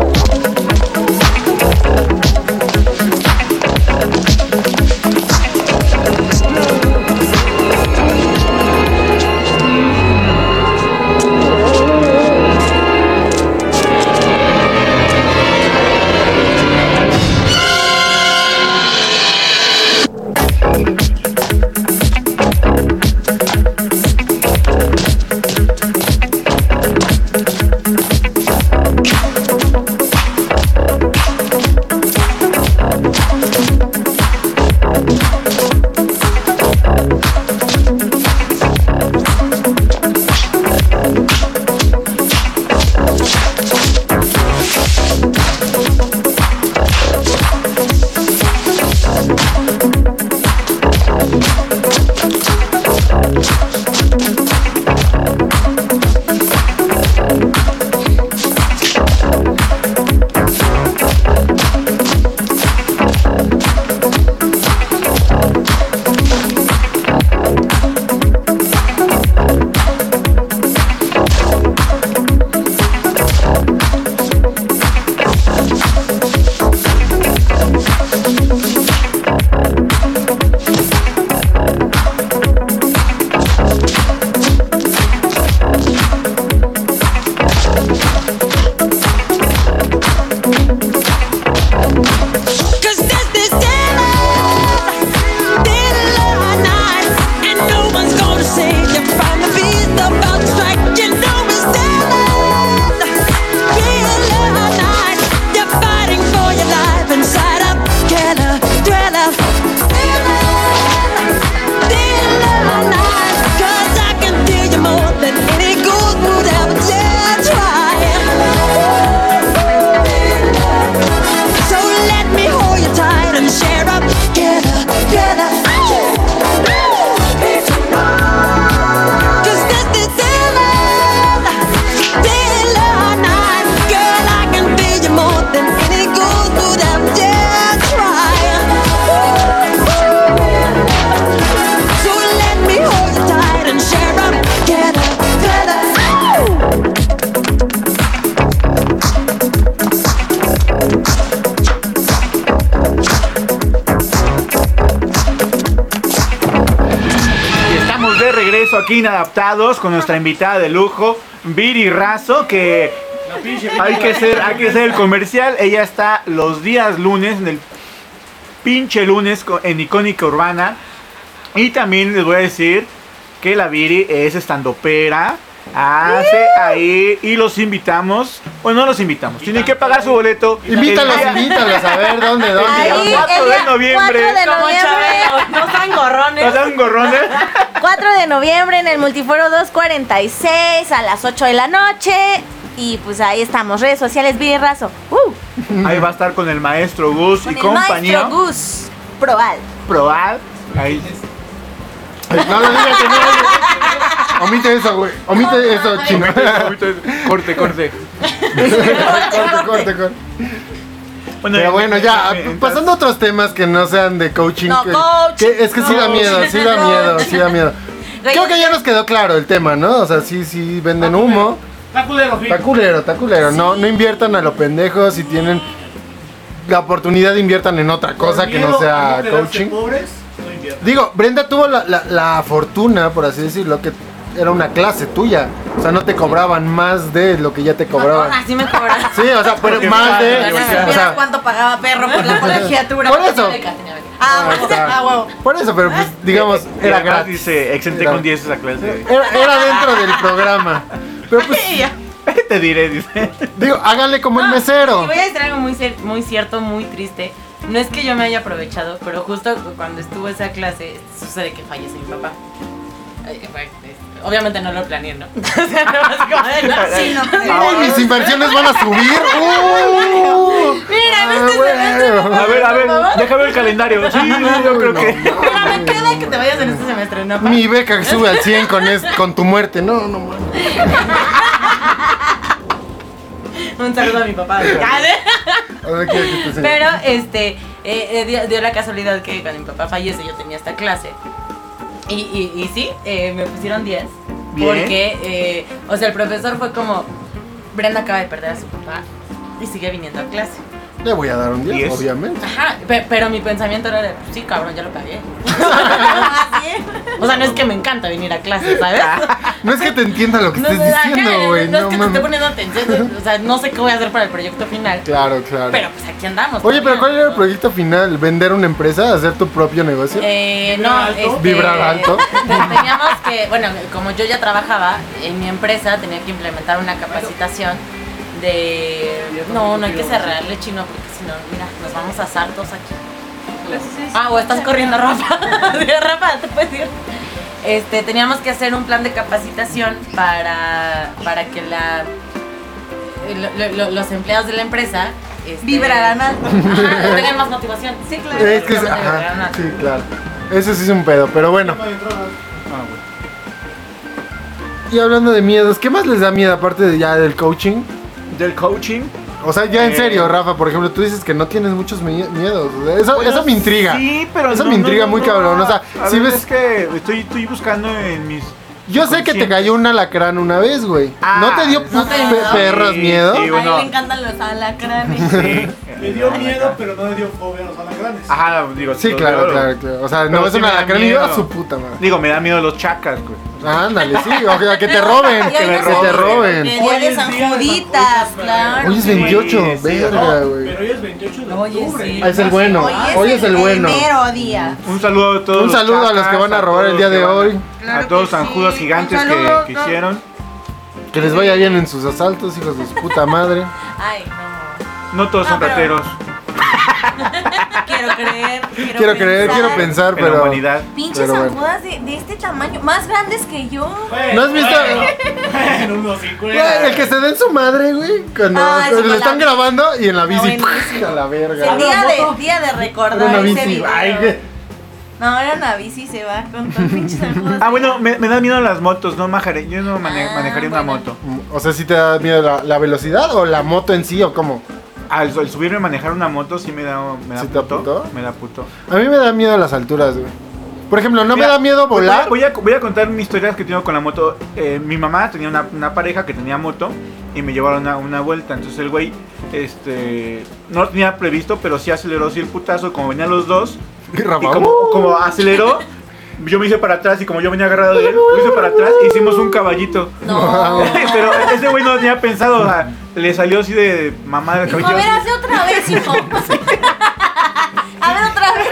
Speaker 1: aquí inadaptados con nuestra invitada de lujo, Viri Razo, que
Speaker 5: La pinche
Speaker 1: hay que ser, hay que ser el comercial. Ella está los días lunes, en el pinche lunes co- en Icónica Urbana. Y también les voy a decir que la Viri es estandopera. Hace ahí y los invitamos. O no los invitamos. Tienen que pagar su boleto. el
Speaker 3: Invítalos,
Speaker 1: día-
Speaker 3: invítalos a ver dónde, dónde.
Speaker 1: Ahí.
Speaker 8: el
Speaker 1: 4 de
Speaker 8: día
Speaker 1: noviembre.
Speaker 8: 4 de
Speaker 2: Como
Speaker 8: noviembre,
Speaker 2: Chabelo, no tan gorrones.
Speaker 1: ¿No dan ¿eh? gorrones?
Speaker 8: 4 de noviembre en el Multiforo 246 a las 8 de la noche. Y pues ahí estamos, redes sociales, Viri Razo. Uh,
Speaker 1: Ahí va a estar con el maestro Gus
Speaker 8: con
Speaker 1: y
Speaker 8: el
Speaker 1: compañía.
Speaker 8: maestro Gus Proal.
Speaker 1: Probar. Ahí.
Speaker 3: No lo digas, que no. lo- Omite eso, güey. Omite eso, chino.
Speaker 1: corte, corte.
Speaker 3: corte, corte, corte. Pero bueno, ya, pasando a otros temas que no sean de coaching.
Speaker 8: No,
Speaker 3: que-
Speaker 8: coaching,
Speaker 3: que es que sí da
Speaker 8: coaching,
Speaker 3: miedo, sí da
Speaker 8: coaching.
Speaker 3: miedo, sí da miedo.
Speaker 8: Güey,
Speaker 3: Creo que ya nos quedó claro el tema, ¿no? O sea, sí, sí venden humo.
Speaker 5: Está culero, Phil.
Speaker 3: Está culero, está culero. No, no inviertan a lo pendejo. Si tienen la oportunidad, inviertan en otra cosa
Speaker 5: Por
Speaker 3: que no
Speaker 5: miedo a
Speaker 3: sea
Speaker 5: no quedarse
Speaker 3: coaching.
Speaker 5: pobres, no invierten.
Speaker 3: Digo, Brenda tuvo la, la- la fortuna, por así decirlo, que era una clase tuya. O sea, no te cobraban más de lo que ya te cobraban.
Speaker 4: Así me cobran.
Speaker 3: Sí, o sea, pero
Speaker 1: Porque
Speaker 3: más
Speaker 1: pagan
Speaker 3: de.
Speaker 1: la
Speaker 3: o sea,
Speaker 4: ¿Supieras cuánto pagaba perro por la colegiatura?
Speaker 3: Por eso.
Speaker 4: Ah,
Speaker 3: ahí
Speaker 4: bueno,
Speaker 3: está.
Speaker 4: ah, huevo.
Speaker 3: Por eso, pero pues, digamos,
Speaker 1: Era
Speaker 3: era
Speaker 1: gratis.
Speaker 3: gratis.
Speaker 1: Dice, exenté
Speaker 3: Era-
Speaker 1: con 10 esa clase.
Speaker 3: Era, era dentro del programa. Pero pues,
Speaker 1: Te diré, dice.
Speaker 3: digo, háganle como el
Speaker 2: No,
Speaker 3: mesero.
Speaker 2: Y voy a decir algo muy, cier- muy cierto, muy triste. No es que yo me haya aprovechado, pero justo cuando estuvo esa clase, sucede que fallece mi papá. Eh, bueno, eh, Obviamente no lo planeé, ¿no? O sea, no es como de, no, sí, no.
Speaker 3: Uy, Ah, mis inversiones van a subir. Uh,
Speaker 2: Mira,
Speaker 3: ah,
Speaker 2: ¿viste?
Speaker 3: bueno.
Speaker 1: A ver, a ver, deja ver el calendario. Sí, yo creo que.
Speaker 2: Mira, me queda que te vayas en este semestre, ¿no? pa?
Speaker 3: Mi beca que sube al 100 con, es- con tu muerte. No, no, mames.
Speaker 2: Un saludo a mi papá.
Speaker 3: A ver, ¿qué- qué te enseño?
Speaker 2: Pero este eh, eh, dio, dio la casualidad que cuando mi papá fallece yo tenía esta clase. Y, y, y sí, eh, me pusieron 10.
Speaker 1: Bien.
Speaker 2: Porque, eh, o sea, el profesor fue como, Brenda acaba de perder a su papá y sigue viniendo a clase.
Speaker 3: Le voy a dar un 10,
Speaker 1: Diez.
Speaker 3: obviamente.
Speaker 2: Ajá, pe- pero, mi pensamiento era, de, "Pues sí, cabrón, ya lo pagué. o sea, no es que me encanta venir a clase, ¿sabes?
Speaker 3: No es que Ah, pues te entienda lo que
Speaker 2: No,
Speaker 3: estés
Speaker 2: ajá,
Speaker 3: diciendo, güey.
Speaker 2: no es
Speaker 3: No,
Speaker 2: que te esté
Speaker 3: mames.
Speaker 2: poniendo atención, o sea, no sé qué voy a hacer para el proyecto final.
Speaker 3: Claro, claro.
Speaker 2: Pero pues aquí andamos.
Speaker 3: Oye, pero
Speaker 2: también,
Speaker 3: ¿cuál era el
Speaker 2: ¿no?
Speaker 3: proyecto final? ¿Vender una empresa? ¿Hacer tu propio negocio?
Speaker 2: Eh,
Speaker 5: ¿Vibrar
Speaker 2: no,
Speaker 5: alto?
Speaker 2: este,
Speaker 3: ¿Vibrar alto?
Speaker 2: te- Teníamos que, bueno, como yo ya trabajaba en mi empresa, tenía que implementar una capacitación de. No, no hay que cerrarle chino, porque si no, mira, nos vamos a asar dos aquí. Ah, o estás corriendo, Rafa. Sí, Rafa, te puedes ir. Este, teníamos que hacer un plan de capacitación para, para que la, lo- lo- lo- los empleados de la empresa este,
Speaker 4: Vibrarán alto.
Speaker 2: Ajá, tengan más motivación. Sí, claro.
Speaker 3: es que es- ajá, sí, claro. Eso sí es un pedo, pero bueno.
Speaker 5: No hay drogas.
Speaker 1: Ah,
Speaker 3: Y hablando de miedos, ¿qué más les da miedo aparte de ya del coaching?
Speaker 1: Del coaching.
Speaker 3: O sea, ya en
Speaker 1: Eh.
Speaker 3: serio, Rafa, por ejemplo, tú dices que no tienes muchos mi- miedos. Eso,
Speaker 1: Bueno,
Speaker 3: eso me intriga.
Speaker 1: Sí, pero
Speaker 3: Eso
Speaker 1: no,
Speaker 3: me
Speaker 1: no,
Speaker 3: intriga
Speaker 1: no,
Speaker 3: muy
Speaker 1: no.
Speaker 3: cabrón, o sea,
Speaker 1: A
Speaker 3: si
Speaker 1: ver,
Speaker 3: ves-
Speaker 1: Es que estoy, estoy buscando en mis.
Speaker 3: Yo sé que te cayó un alacrán una vez, güey.
Speaker 1: Ah,
Speaker 3: ¿No te dio
Speaker 1: no
Speaker 2: te
Speaker 3: pe-
Speaker 2: dio.
Speaker 3: perros
Speaker 1: Sí,
Speaker 3: miedo?
Speaker 1: sí,
Speaker 4: A
Speaker 1: bueno.
Speaker 4: mí me encantan los alacranes.
Speaker 1: Sí.
Speaker 5: Me dio miedo, pero no le dio fobia a los alacranes.
Speaker 3: Ah,
Speaker 1: Ajá, digo.
Speaker 3: Sí,
Speaker 1: lo-
Speaker 3: claro,
Speaker 1: lo-
Speaker 3: claro, claro. O sea, no
Speaker 1: Pero
Speaker 3: es
Speaker 1: sí
Speaker 3: un
Speaker 1: me da
Speaker 3: alacrán y yo a
Speaker 1: miedo.
Speaker 3: su puta madre.
Speaker 1: Digo, me da miedo los chacas, güey.
Speaker 3: Ándale, sí, o que, que te roben.
Speaker 8: Que me
Speaker 3: te roben.
Speaker 4: El día de San Juditas, claro.
Speaker 3: Hoy es
Speaker 1: Sí,
Speaker 3: 28,
Speaker 1: sí,
Speaker 3: verga,
Speaker 5: No,
Speaker 3: güey.
Speaker 5: pero hoy es 28 de
Speaker 2: Oye,
Speaker 5: octubre.
Speaker 2: sí.
Speaker 3: Ah, es el bueno, hoy es el bueno.
Speaker 4: Primero día.
Speaker 1: Un saludo a todos.
Speaker 3: Un
Speaker 1: los
Speaker 3: saludo a los
Speaker 1: chacas,
Speaker 3: que van a robar
Speaker 1: todos
Speaker 3: el día
Speaker 1: los que
Speaker 3: de
Speaker 1: van-
Speaker 3: hoy.
Speaker 4: Claro
Speaker 1: a todos
Speaker 4: que
Speaker 1: los zanjudas
Speaker 4: sí.
Speaker 1: gigantes
Speaker 4: Un
Speaker 1: que,
Speaker 4: saludo,
Speaker 1: que
Speaker 4: claro.
Speaker 1: hicieron.
Speaker 3: Que les vaya bien en sus asaltos, hijos de su puta madre.
Speaker 2: Ay, no.
Speaker 1: No todos son
Speaker 4: Ah, pero-
Speaker 1: rateros
Speaker 3: Ah,
Speaker 4: Quiero creer. Quiero,
Speaker 3: Quiero creer, quiero pensar,
Speaker 1: en la
Speaker 3: pero.
Speaker 1: humanidad.
Speaker 4: Pinches
Speaker 3: Pero bueno.
Speaker 4: zanjudas de, de este tamaño, más grandes que yo.
Speaker 5: Bueno,
Speaker 3: ¿No has visto-
Speaker 5: bueno, Bueno, unos 50.
Speaker 3: Güey, el que se den su madre, güey. Cuando
Speaker 4: Ah,
Speaker 3: cuando
Speaker 4: sí,
Speaker 3: lo
Speaker 4: con
Speaker 3: están
Speaker 4: la-
Speaker 3: grabando y en la bici.
Speaker 4: buenísimo.
Speaker 3: A la verga.
Speaker 4: El día
Speaker 5: Habla
Speaker 4: de,
Speaker 5: moto.
Speaker 4: día de
Speaker 3: Era
Speaker 4: recordar
Speaker 3: una
Speaker 4: ese
Speaker 3: bici.
Speaker 4: video.
Speaker 3: Ay, güey.
Speaker 4: No, era una bici, se va con todo pinches zanjudas.
Speaker 1: Ah, bueno, me, me dan miedo las motos, no manejaré, yo no mane-
Speaker 4: Ah,
Speaker 1: manejaría una
Speaker 4: bueno.
Speaker 1: moto.
Speaker 3: O sea, si te da miedo la, la velocidad o la moto en sí o cómo.
Speaker 1: Al, al subirme a manejar una moto sí me da, me da
Speaker 3: ¿Sí te
Speaker 1: puto,
Speaker 3: aputó?
Speaker 1: Me da puto.
Speaker 3: A mí me da miedo las alturas, güey. Por ejemplo, no
Speaker 1: Mira,
Speaker 3: me da miedo
Speaker 1: voy a-
Speaker 3: volar.
Speaker 1: Voy a, voy a, contar mi historia que tengo con la moto. Eh, mi mamá tenía una, una pareja que tenía moto y me llevaron a una vuelta. Entonces el güey, este, no lo tenía previsto, pero sí aceleró, sí el putazo, como venían los dos.
Speaker 3: Y
Speaker 1: Y
Speaker 3: Rafa,
Speaker 1: como,
Speaker 3: uh,
Speaker 1: como aceleró, yo me hice para atrás y como yo venía agarrado de él, me hice para atrás e hicimos un caballito.
Speaker 2: No.
Speaker 1: Pero ese güey no tenía pensado, o sea, le salió así de mamá del
Speaker 2: Hijo, a
Speaker 1: cabello.
Speaker 2: ver, hazle otra vez, hijo.
Speaker 8: A ver, otra vez.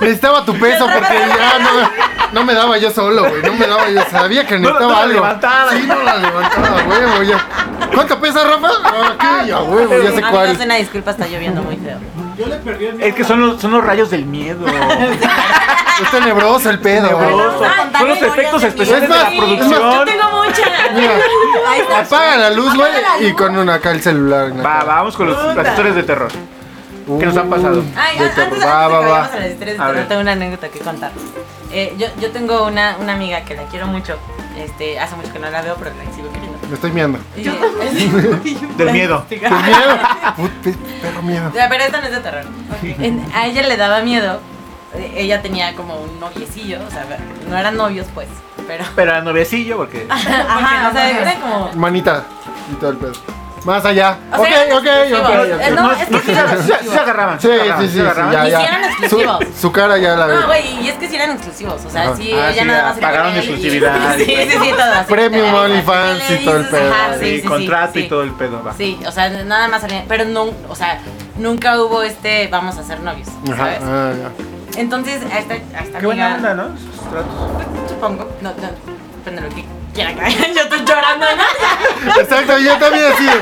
Speaker 3: Necesitaba tu peso porque ya no, me- no me daba yo solo, güey. No me daba yo. Sabía que
Speaker 1: No,
Speaker 3: necesitaba
Speaker 1: no la
Speaker 3: algo.
Speaker 1: levantaba.
Speaker 3: Sí, no la levantaba, huevo, ya. ¿Cuánto pesa, Rafa? Ah, Ok, ya, huevo, ya sé
Speaker 2: Amigos,
Speaker 3: cuál.
Speaker 2: una disculpa, está lloviendo muy feo.
Speaker 5: Yo le perdí el miedo.
Speaker 1: Es que son los, son los rayos del miedo.
Speaker 3: Es tenebroso el pedo.
Speaker 1: Tenebroso.
Speaker 2: Vamos a contar
Speaker 1: Son los
Speaker 2: historias
Speaker 1: efectos
Speaker 2: de miedo.
Speaker 1: especiales de la
Speaker 3: Sí,
Speaker 2: Yo
Speaker 1: producción.
Speaker 2: tengo muchas.
Speaker 3: Mira,
Speaker 2: Ahí está.
Speaker 3: apaga la luz, güey, y con una acá el celular. en la
Speaker 1: Va,
Speaker 3: cara.
Speaker 1: vamos con los, las historias de terror. ¿Qué nos han pasado?
Speaker 3: Uy,
Speaker 2: Ay,
Speaker 3: de
Speaker 2: antes, antes
Speaker 3: terror.
Speaker 2: de que
Speaker 3: pues, Va, va, va.
Speaker 2: vayamos a las historias de
Speaker 1: A
Speaker 2: terror,
Speaker 1: ver.
Speaker 2: tengo una anécdota que contar. Eh, yo, yo tengo una, una amiga que la quiero mucho. Este, hace mucho que no la veo, pero la sigo queriendo.
Speaker 3: Me estoy mirando.
Speaker 2: Y-
Speaker 1: Del miedo.
Speaker 3: Pues miedo. Put- pe- Perro miedo.
Speaker 2: Ya, pero esta no es de terror. En- a ella le daba miedo. eh, Ella tenía como un noviecillo, o sea, no eran novios pues, pero...
Speaker 1: Pero a noviecillo, porque.
Speaker 2: Ah, Ajá, o sea, eran como...
Speaker 3: Manita y todo el pedo. Más allá.
Speaker 2: O sea,
Speaker 3: ok,
Speaker 2: eran
Speaker 3: ok,
Speaker 2: exclusivos.
Speaker 3: ok, ok.
Speaker 2: Eh, no, es que sí eran
Speaker 1: se, se-
Speaker 2: exclusivos.
Speaker 1: se agarraban.
Speaker 3: Sí,
Speaker 1: se agarraban,
Speaker 3: sí,
Speaker 1: se
Speaker 3: sí, sí,
Speaker 1: agarraban.
Speaker 3: ya,
Speaker 2: Hicieron
Speaker 3: ya.
Speaker 2: exclusivos.
Speaker 3: Su, su cara ya la
Speaker 2: No,
Speaker 3: veo.
Speaker 2: güey, y es que sí eran exclusivos, o sea,
Speaker 3: Ajá.
Speaker 2: sí,
Speaker 1: Ah,
Speaker 2: ella
Speaker 1: sí,
Speaker 2: nada más... era
Speaker 1: pagaron
Speaker 2: con él y-
Speaker 1: exclusividad y-
Speaker 2: Sí, sí, sí, todas.
Speaker 3: Premium OnlyFans y todo el pedo.
Speaker 1: Sí, contrato y todo el pedo, va.
Speaker 2: Sí, o sea, nada más salían, pero no, o sea, nunca hubo este, vamos a ser novios,
Speaker 3: Ajá,
Speaker 2: ¿sabes?
Speaker 3: ah, ya.
Speaker 2: Entonces, a esta, a esta
Speaker 1: Qué buena
Speaker 2: amiga-
Speaker 1: onda, ¿no? Esos tratos.
Speaker 2: Supongo. No, no, depende de lo que quiera que hagan. Yo estoy llorando, ¿no?
Speaker 3: Exacto, yo también así. de,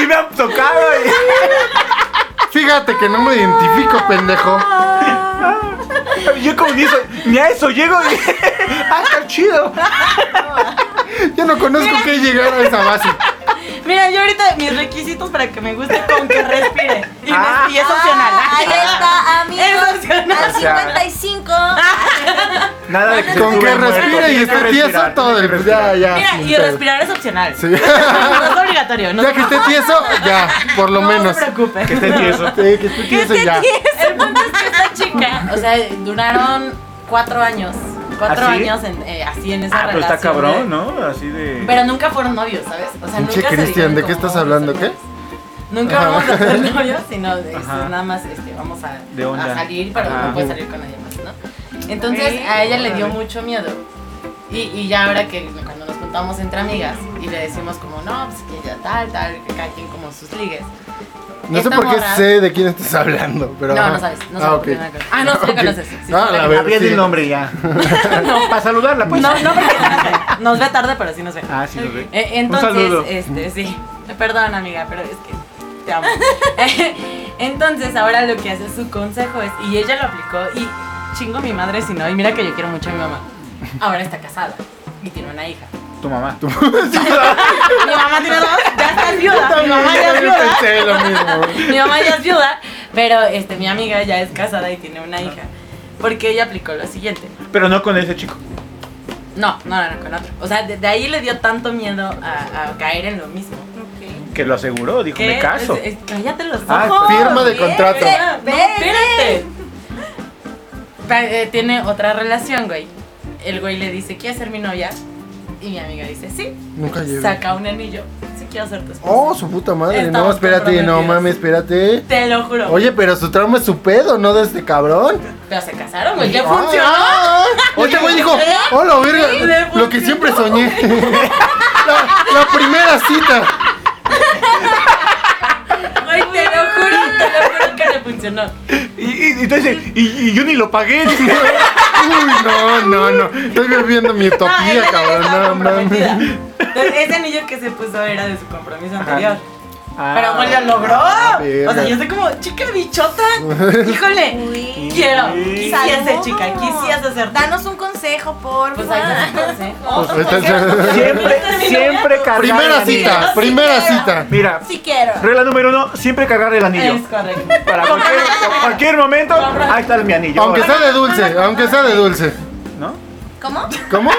Speaker 1: Sí, me han tocado. eh. y-
Speaker 3: Fíjate que no me identifico, pendejo.
Speaker 1: Yo como ni, eso, ni a eso llego y... ¡Ah, está chido!
Speaker 3: Yo no conozco qué llegar a esa base.
Speaker 2: Mira, yo ahorita mis requisitos para que me guste con que respire. Y, me-
Speaker 1: Ah.
Speaker 2: y es opcional.
Speaker 8: Ahí está,
Speaker 2: Ah,
Speaker 8: amigos.
Speaker 2: Es opcional.
Speaker 8: Al 55.
Speaker 2: ah.
Speaker 1: Nada de que se
Speaker 3: Con
Speaker 1: sube
Speaker 3: que
Speaker 1: el muerto,
Speaker 3: respire
Speaker 1: tiene
Speaker 3: y
Speaker 1: que
Speaker 3: esté tieso
Speaker 1: respirar,
Speaker 3: todo
Speaker 1: tiene que
Speaker 3: el.
Speaker 1: respirar.
Speaker 3: Ya, ya.
Speaker 2: Mira,
Speaker 3: sin
Speaker 2: y
Speaker 3: pedo.
Speaker 2: respirar es opcional.
Speaker 3: Ah, Sí.
Speaker 2: No es obligatorio. No,
Speaker 3: Ya que esté tieso, ya, por lo
Speaker 2: no
Speaker 3: menos.
Speaker 2: se preocupe.
Speaker 1: Que esté tieso. Ah,
Speaker 3: Sí, que esté tieso y ya.
Speaker 2: El punto es que esta chica, o sea, duraron cuatro años. Cuatro
Speaker 1: ¿Ah, sí?
Speaker 2: años en, eh, así en esa
Speaker 1: Ah, pero
Speaker 2: relación.
Speaker 1: está cabrón,
Speaker 2: de-
Speaker 1: ¿no? Así de...
Speaker 2: Pero nunca fueron novios, ¿sabes? O sea, nunca
Speaker 3: Pinche
Speaker 2: se
Speaker 3: Cristian,
Speaker 2: dijeron
Speaker 3: ¿de qué
Speaker 2: como,
Speaker 3: estás
Speaker 2: "Vamos a
Speaker 3: hablando?
Speaker 2: ser
Speaker 3: ¿Qué?
Speaker 2: novios". Nunca
Speaker 3: Ajá.
Speaker 2: vamos a ser novios, sino de-
Speaker 1: Ajá.
Speaker 2: es nada más este, vamos a,
Speaker 1: De onda.
Speaker 2: a salir, pero
Speaker 1: Ajá.
Speaker 2: no puedes salir con nadie más, ¿no? Entonces a ella le dio mucho miedo. Y, y ya ahora que cuando nos juntamos entre amigas y le decimos como, no, pues que ya tal, tal, que cada quien como sus ligues.
Speaker 3: No sé
Speaker 2: Esta
Speaker 3: por qué
Speaker 2: morra-
Speaker 3: sé de quién estás hablando, pero.
Speaker 2: No,
Speaker 3: ajá.
Speaker 2: no sabes, no
Speaker 3: Ah,
Speaker 2: sabes
Speaker 3: ok.
Speaker 2: por qué no la conoces. Ah, no, sí la
Speaker 3: Ok.
Speaker 2: conoces, sí, sí
Speaker 3: Ah,
Speaker 2: la
Speaker 3: la
Speaker 2: conoces.
Speaker 3: ver,
Speaker 1: Había
Speaker 3: sí.
Speaker 1: el nombre ya. Para saludarla, pues.
Speaker 2: No, no, porque no nos ve. nos ve tarde, pero sí nos ve.
Speaker 1: Ah, sí, lo ve.
Speaker 2: Eh,
Speaker 1: Un
Speaker 2: entonces,
Speaker 1: saludo.
Speaker 2: este, sí. Perdón, amiga, pero es que te amo. entonces, ahora lo que hace su consejo es, y ella lo aplicó, y chingo mi madre si no, y mira que yo quiero mucho a mi mamá. Ahora está casada y tiene una hija.
Speaker 1: Tu mamá.
Speaker 2: Mi mamá tiene dos, ya está viuda. Mi
Speaker 3: También,
Speaker 2: mamá ya es
Speaker 3: también
Speaker 2: viuda.
Speaker 3: pensé lo mismo. güey.
Speaker 2: Mi mamá ya es viuda, pero este, mi amiga ya es casada y tiene una hija. Porque ella aplicó lo siguiente.
Speaker 1: Pero no con ese chico.
Speaker 2: No, no, no, no, con otro. O sea, de, de ahí le dio tanto miedo a, a caer en lo mismo.
Speaker 4: Ok.
Speaker 1: Que lo aseguró, dijo, me caso.
Speaker 2: Es- es- cállate los ojos.
Speaker 1: Ah,
Speaker 3: Firma de
Speaker 8: Ve,
Speaker 3: contrato.
Speaker 8: ve,
Speaker 2: Ah, no,
Speaker 8: ve.
Speaker 2: espérate. Pa- eh, tiene otra relación, güey. El güey le dice, ¿quieres ser mi novia? Y mi amiga dice, sí.
Speaker 3: Nunca llegué.
Speaker 2: Saca un anillo. Sí, quiero ser tu esposa.
Speaker 3: Oh, su puta madre. No,
Speaker 2: Estamos
Speaker 3: espérate, no
Speaker 2: comprometidos.
Speaker 3: mames, espérate.
Speaker 2: Te lo juro.
Speaker 3: Oye, pero su trauma es su pedo, no de este cabrón.
Speaker 2: Pero se casaron, güey. Ya
Speaker 3: Ah,
Speaker 2: funcionó.
Speaker 3: ah, ah. Oye, güey dijo, hola,
Speaker 2: Sí,
Speaker 3: verga,
Speaker 2: le
Speaker 3: lo que
Speaker 2: funcionó.
Speaker 3: siempre soñé. La, la primera cita.
Speaker 2: Güey, te lo juro, te lo juro que le funcionó.
Speaker 1: Y, y, y entonces, y, y yo ni lo pagué.
Speaker 3: Uy, no, no, no. Estoy viviendo mi
Speaker 2: No, ella
Speaker 3: utopía,
Speaker 2: ya estaba
Speaker 3: cabrón. No,
Speaker 2: comprometida.
Speaker 3: mames.
Speaker 2: Entonces, ese anillo que se puso era de su compromiso
Speaker 1: Ajá.
Speaker 2: anterior.
Speaker 1: Ah.
Speaker 2: Pero bueno, lo logró.
Speaker 3: ah, verga.
Speaker 2: O sea, yo estoy como, chica bichota. Híjole,
Speaker 8: Uy.
Speaker 2: quiero.
Speaker 1: Sí.
Speaker 2: Quisiese, chica, quisiese ser tan.
Speaker 8: Danos un consejo, por
Speaker 2: Pues ahí está su consejo.
Speaker 3: Pues, esta es-
Speaker 1: Siempre, siempre cargar el
Speaker 3: Primera
Speaker 1: anillo.
Speaker 3: cita, primera cita.
Speaker 1: Mira,
Speaker 8: Si quiero.
Speaker 1: regla número uno, siempre cargar el anillo.
Speaker 2: Es correcto.
Speaker 1: Para cualquier, cualquier momento, ahí está mi anillo.
Speaker 3: Aunque sea de dulce, aunque sea de dulce.
Speaker 1: ¿No?
Speaker 8: ¿Cómo?
Speaker 3: ¿Cómo? ¿Qué?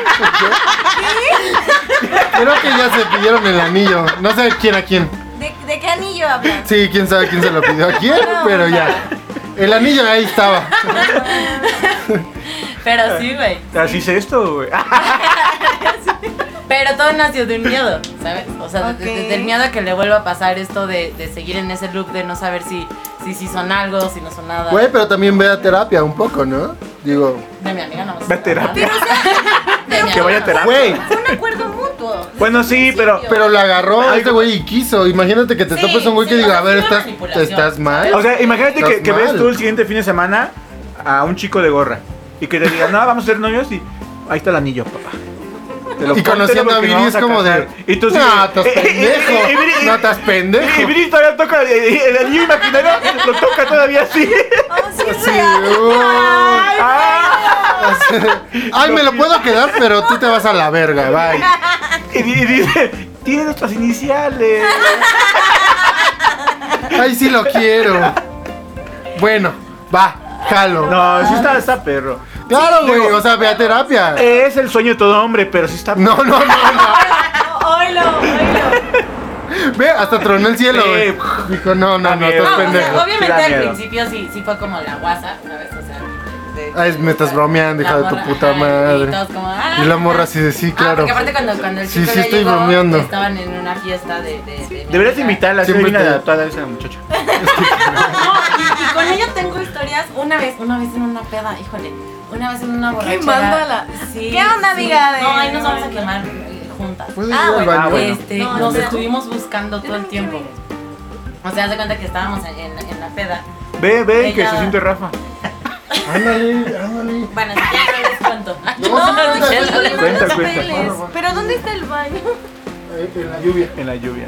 Speaker 3: Creo que ya se pidieron el anillo. No sé quién a quién.
Speaker 8: ¿De, de qué anillo hablas?
Speaker 3: Sí, quién sabe quién se lo pidió a quién, pero ya. El anillo ahí estaba.
Speaker 2: Pero sí, güey.
Speaker 1: Así es esto, güey.
Speaker 2: Pero todo nació de un miedo, ¿sabes? O sea, de- de-
Speaker 4: Ok.
Speaker 2: del miedo a que le vuelva a pasar esto de, de seguir en ese loop de no saber si, si, si son algo, si no son nada.
Speaker 3: Güey, pero también ve a terapia un poco, ¿no? Digo,
Speaker 2: De mi amiga no.
Speaker 1: Va a terapia.
Speaker 2: Pero,
Speaker 1: Que vaya a terapia.
Speaker 3: güey,
Speaker 4: Fue un acuerdo mutuo.
Speaker 1: Bueno, sí, pero.
Speaker 3: pero la agarró
Speaker 1: Ay,
Speaker 3: este güey y quiso. Imagínate que te
Speaker 2: Sí,
Speaker 3: topes a un güey
Speaker 2: sí,
Speaker 3: que
Speaker 2: o
Speaker 3: diga,
Speaker 2: sea,
Speaker 3: a ver,
Speaker 2: sí una
Speaker 3: estás,
Speaker 2: manipulación.
Speaker 3: estás mal.
Speaker 1: O sea, imagínate que,
Speaker 3: Estás
Speaker 1: que ves
Speaker 3: mal.
Speaker 1: tú el siguiente fin de semana a un chico de gorra y que te diga, no, vamos a ser novios y ahí está el anillo, papá. Te lo
Speaker 3: y
Speaker 1: póntelo
Speaker 3: conociendo
Speaker 1: porque
Speaker 3: a
Speaker 1: nos
Speaker 3: Viri
Speaker 1: vamos
Speaker 3: es como de.
Speaker 1: casar". Y tú sí.
Speaker 3: no, estás
Speaker 1: "Eh, eh, eh,
Speaker 3: pendejo.
Speaker 1: eh, eh, Viri,
Speaker 3: No, estás pendejo.
Speaker 1: Y Viri todavía toca el, el anillo imaginario, lo toca todavía así.
Speaker 8: Oh, sí, es
Speaker 3: Sí,
Speaker 8: real.
Speaker 3: uh.
Speaker 1: Ah,
Speaker 3: Ay, me lo puedo quedar, pero tú te vas a la verga, bye.
Speaker 1: y, di- y dice, tiene nuestras iniciales.
Speaker 3: Ay, sí lo quiero. Bueno, va, jalo.
Speaker 1: No, sí está, está perro.
Speaker 3: Claro, güey, o sea, ve a terapia.
Speaker 1: Es el sueño de todo hombre, pero sí está
Speaker 3: No, no, no, no.
Speaker 4: Oilo, oilo.
Speaker 3: Ve, hasta tronó el cielo, güey.
Speaker 1: Sí. Ah,
Speaker 3: Dijo, no, no, no,
Speaker 1: Amigo.
Speaker 3: estás
Speaker 2: No, Ah, o sea,
Speaker 3: pendejo.
Speaker 1: Sí da
Speaker 2: obviamente al
Speaker 1: miedo.
Speaker 2: principio sí, sí fue como la guasa, ¿sabes? O sea, de-
Speaker 3: Ay, me estás bromeando,
Speaker 2: la
Speaker 3: hija de tu
Speaker 2: morra,
Speaker 3: puta
Speaker 2: ajá,
Speaker 3: madre.
Speaker 2: Y, todos como, "Ah".
Speaker 3: Y la morra así de sí,
Speaker 2: Ah,
Speaker 3: claro.
Speaker 2: porque aparte cuando, cuando el
Speaker 3: Sí,
Speaker 2: chico
Speaker 3: sí
Speaker 2: ya
Speaker 3: estoy
Speaker 2: llegó,
Speaker 3: bromeando.
Speaker 2: estaban en una fiesta de... de, de
Speaker 1: Deberías invitarla, soy
Speaker 3: Siempre
Speaker 1: bien
Speaker 3: te-
Speaker 1: adaptada a esa muchacha.
Speaker 2: No, y, y con ella tengo historias. Una vez, una vez en una peda, híjole. Una vez en una borrachera.
Speaker 4: mándala.
Speaker 2: Sí,
Speaker 4: ¿Qué onda,
Speaker 2: sí.
Speaker 4: amiga de-
Speaker 2: No, ahí nos vamos a quemar eh, juntas.
Speaker 3: ¿Puedo
Speaker 4: Ah,
Speaker 3: ir al
Speaker 4: bueno,
Speaker 1: ah,
Speaker 3: baño?
Speaker 1: bueno.
Speaker 2: Este,
Speaker 4: No,
Speaker 2: nos
Speaker 4: no.
Speaker 2: estuvimos busando todo el tiempo. O sea, haz de cuenta que estábamos en, en- en la peda.
Speaker 1: Ve, ve, que
Speaker 2: Ella-
Speaker 1: se siente Rafa.
Speaker 2: pues.
Speaker 3: Ándale, ándale.
Speaker 2: Bueno, si quieren no les cuento.
Speaker 3: No, no, no,
Speaker 2: si quieren
Speaker 4: no,
Speaker 2: les-
Speaker 1: Cuenta,
Speaker 4: no
Speaker 1: cuenta.
Speaker 4: peles. Pero ¿dónde está el baño?
Speaker 3: Eh, En la lluvia.
Speaker 1: En la lluvia.